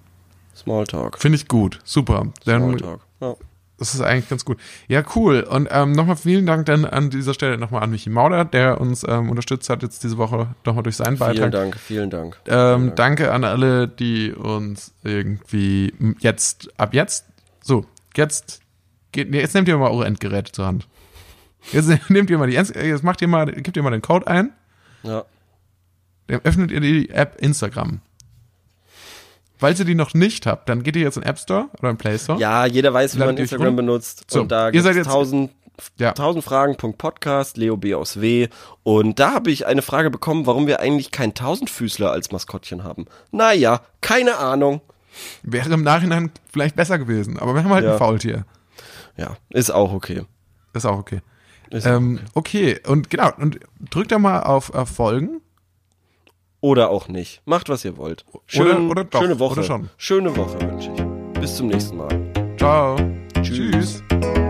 [SPEAKER 1] Smalltalk?
[SPEAKER 2] Finde ich gut, super. Dann,
[SPEAKER 1] Smalltalk. Ja.
[SPEAKER 2] Das ist eigentlich ganz gut. Ja, cool. Und ähm, nochmal vielen Dank dann an dieser Stelle nochmal an Michi Mauder, der uns ähm, unterstützt hat jetzt diese Woche nochmal durch seinen Beitrag.
[SPEAKER 1] Vielen Dank, vielen Dank.
[SPEAKER 2] Ähm, danke an alle, die uns irgendwie m, jetzt, ab jetzt, so, jetzt, geht, nee, jetzt nehmt ihr mal eure Endgeräte zur Hand. Jetzt nehmt ihr mal die, End- äh, jetzt macht ihr mal, gebt ihr mal den Code ein,
[SPEAKER 1] Ja.
[SPEAKER 2] dann öffnet ihr die App Instagram. Falls ihr die noch nicht habt, dann geht ihr jetzt in den App Store oder in den Play Store.
[SPEAKER 1] Ja, jeder weiß, wie
[SPEAKER 2] Ladet
[SPEAKER 1] man
[SPEAKER 2] ihr euch
[SPEAKER 1] Instagram
[SPEAKER 2] runter?
[SPEAKER 1] benutzt.
[SPEAKER 2] So,
[SPEAKER 1] und da
[SPEAKER 2] ihr
[SPEAKER 1] gibt
[SPEAKER 2] seid
[SPEAKER 1] es
[SPEAKER 2] jetzt-
[SPEAKER 1] 1000,
[SPEAKER 2] Ja.
[SPEAKER 1] 1000 Fragen.podcast, Leo B. aus W. Und da habe ich eine Frage bekommen, warum wir eigentlich keinen Tausendfüßler als Maskottchen haben. Naja, keine Ahnung.
[SPEAKER 2] Wäre im Nachhinein vielleicht besser gewesen, aber wir haben halt
[SPEAKER 1] Ja.
[SPEAKER 2] ein Faultier.
[SPEAKER 1] Ja, ist auch okay.
[SPEAKER 2] Ist auch okay.
[SPEAKER 1] Ist
[SPEAKER 2] ähm, okay. und genau, und drückt da mal auf äh, Folgen.
[SPEAKER 1] Oder auch nicht. Macht, was ihr wollt.
[SPEAKER 2] oder doch,
[SPEAKER 1] schöne Woche.
[SPEAKER 2] oder schon.
[SPEAKER 1] Schöne Woche wünsche ich. Bis zum nächsten Mal.
[SPEAKER 2] Ciao.
[SPEAKER 1] Tschüss.
[SPEAKER 2] Tschüss.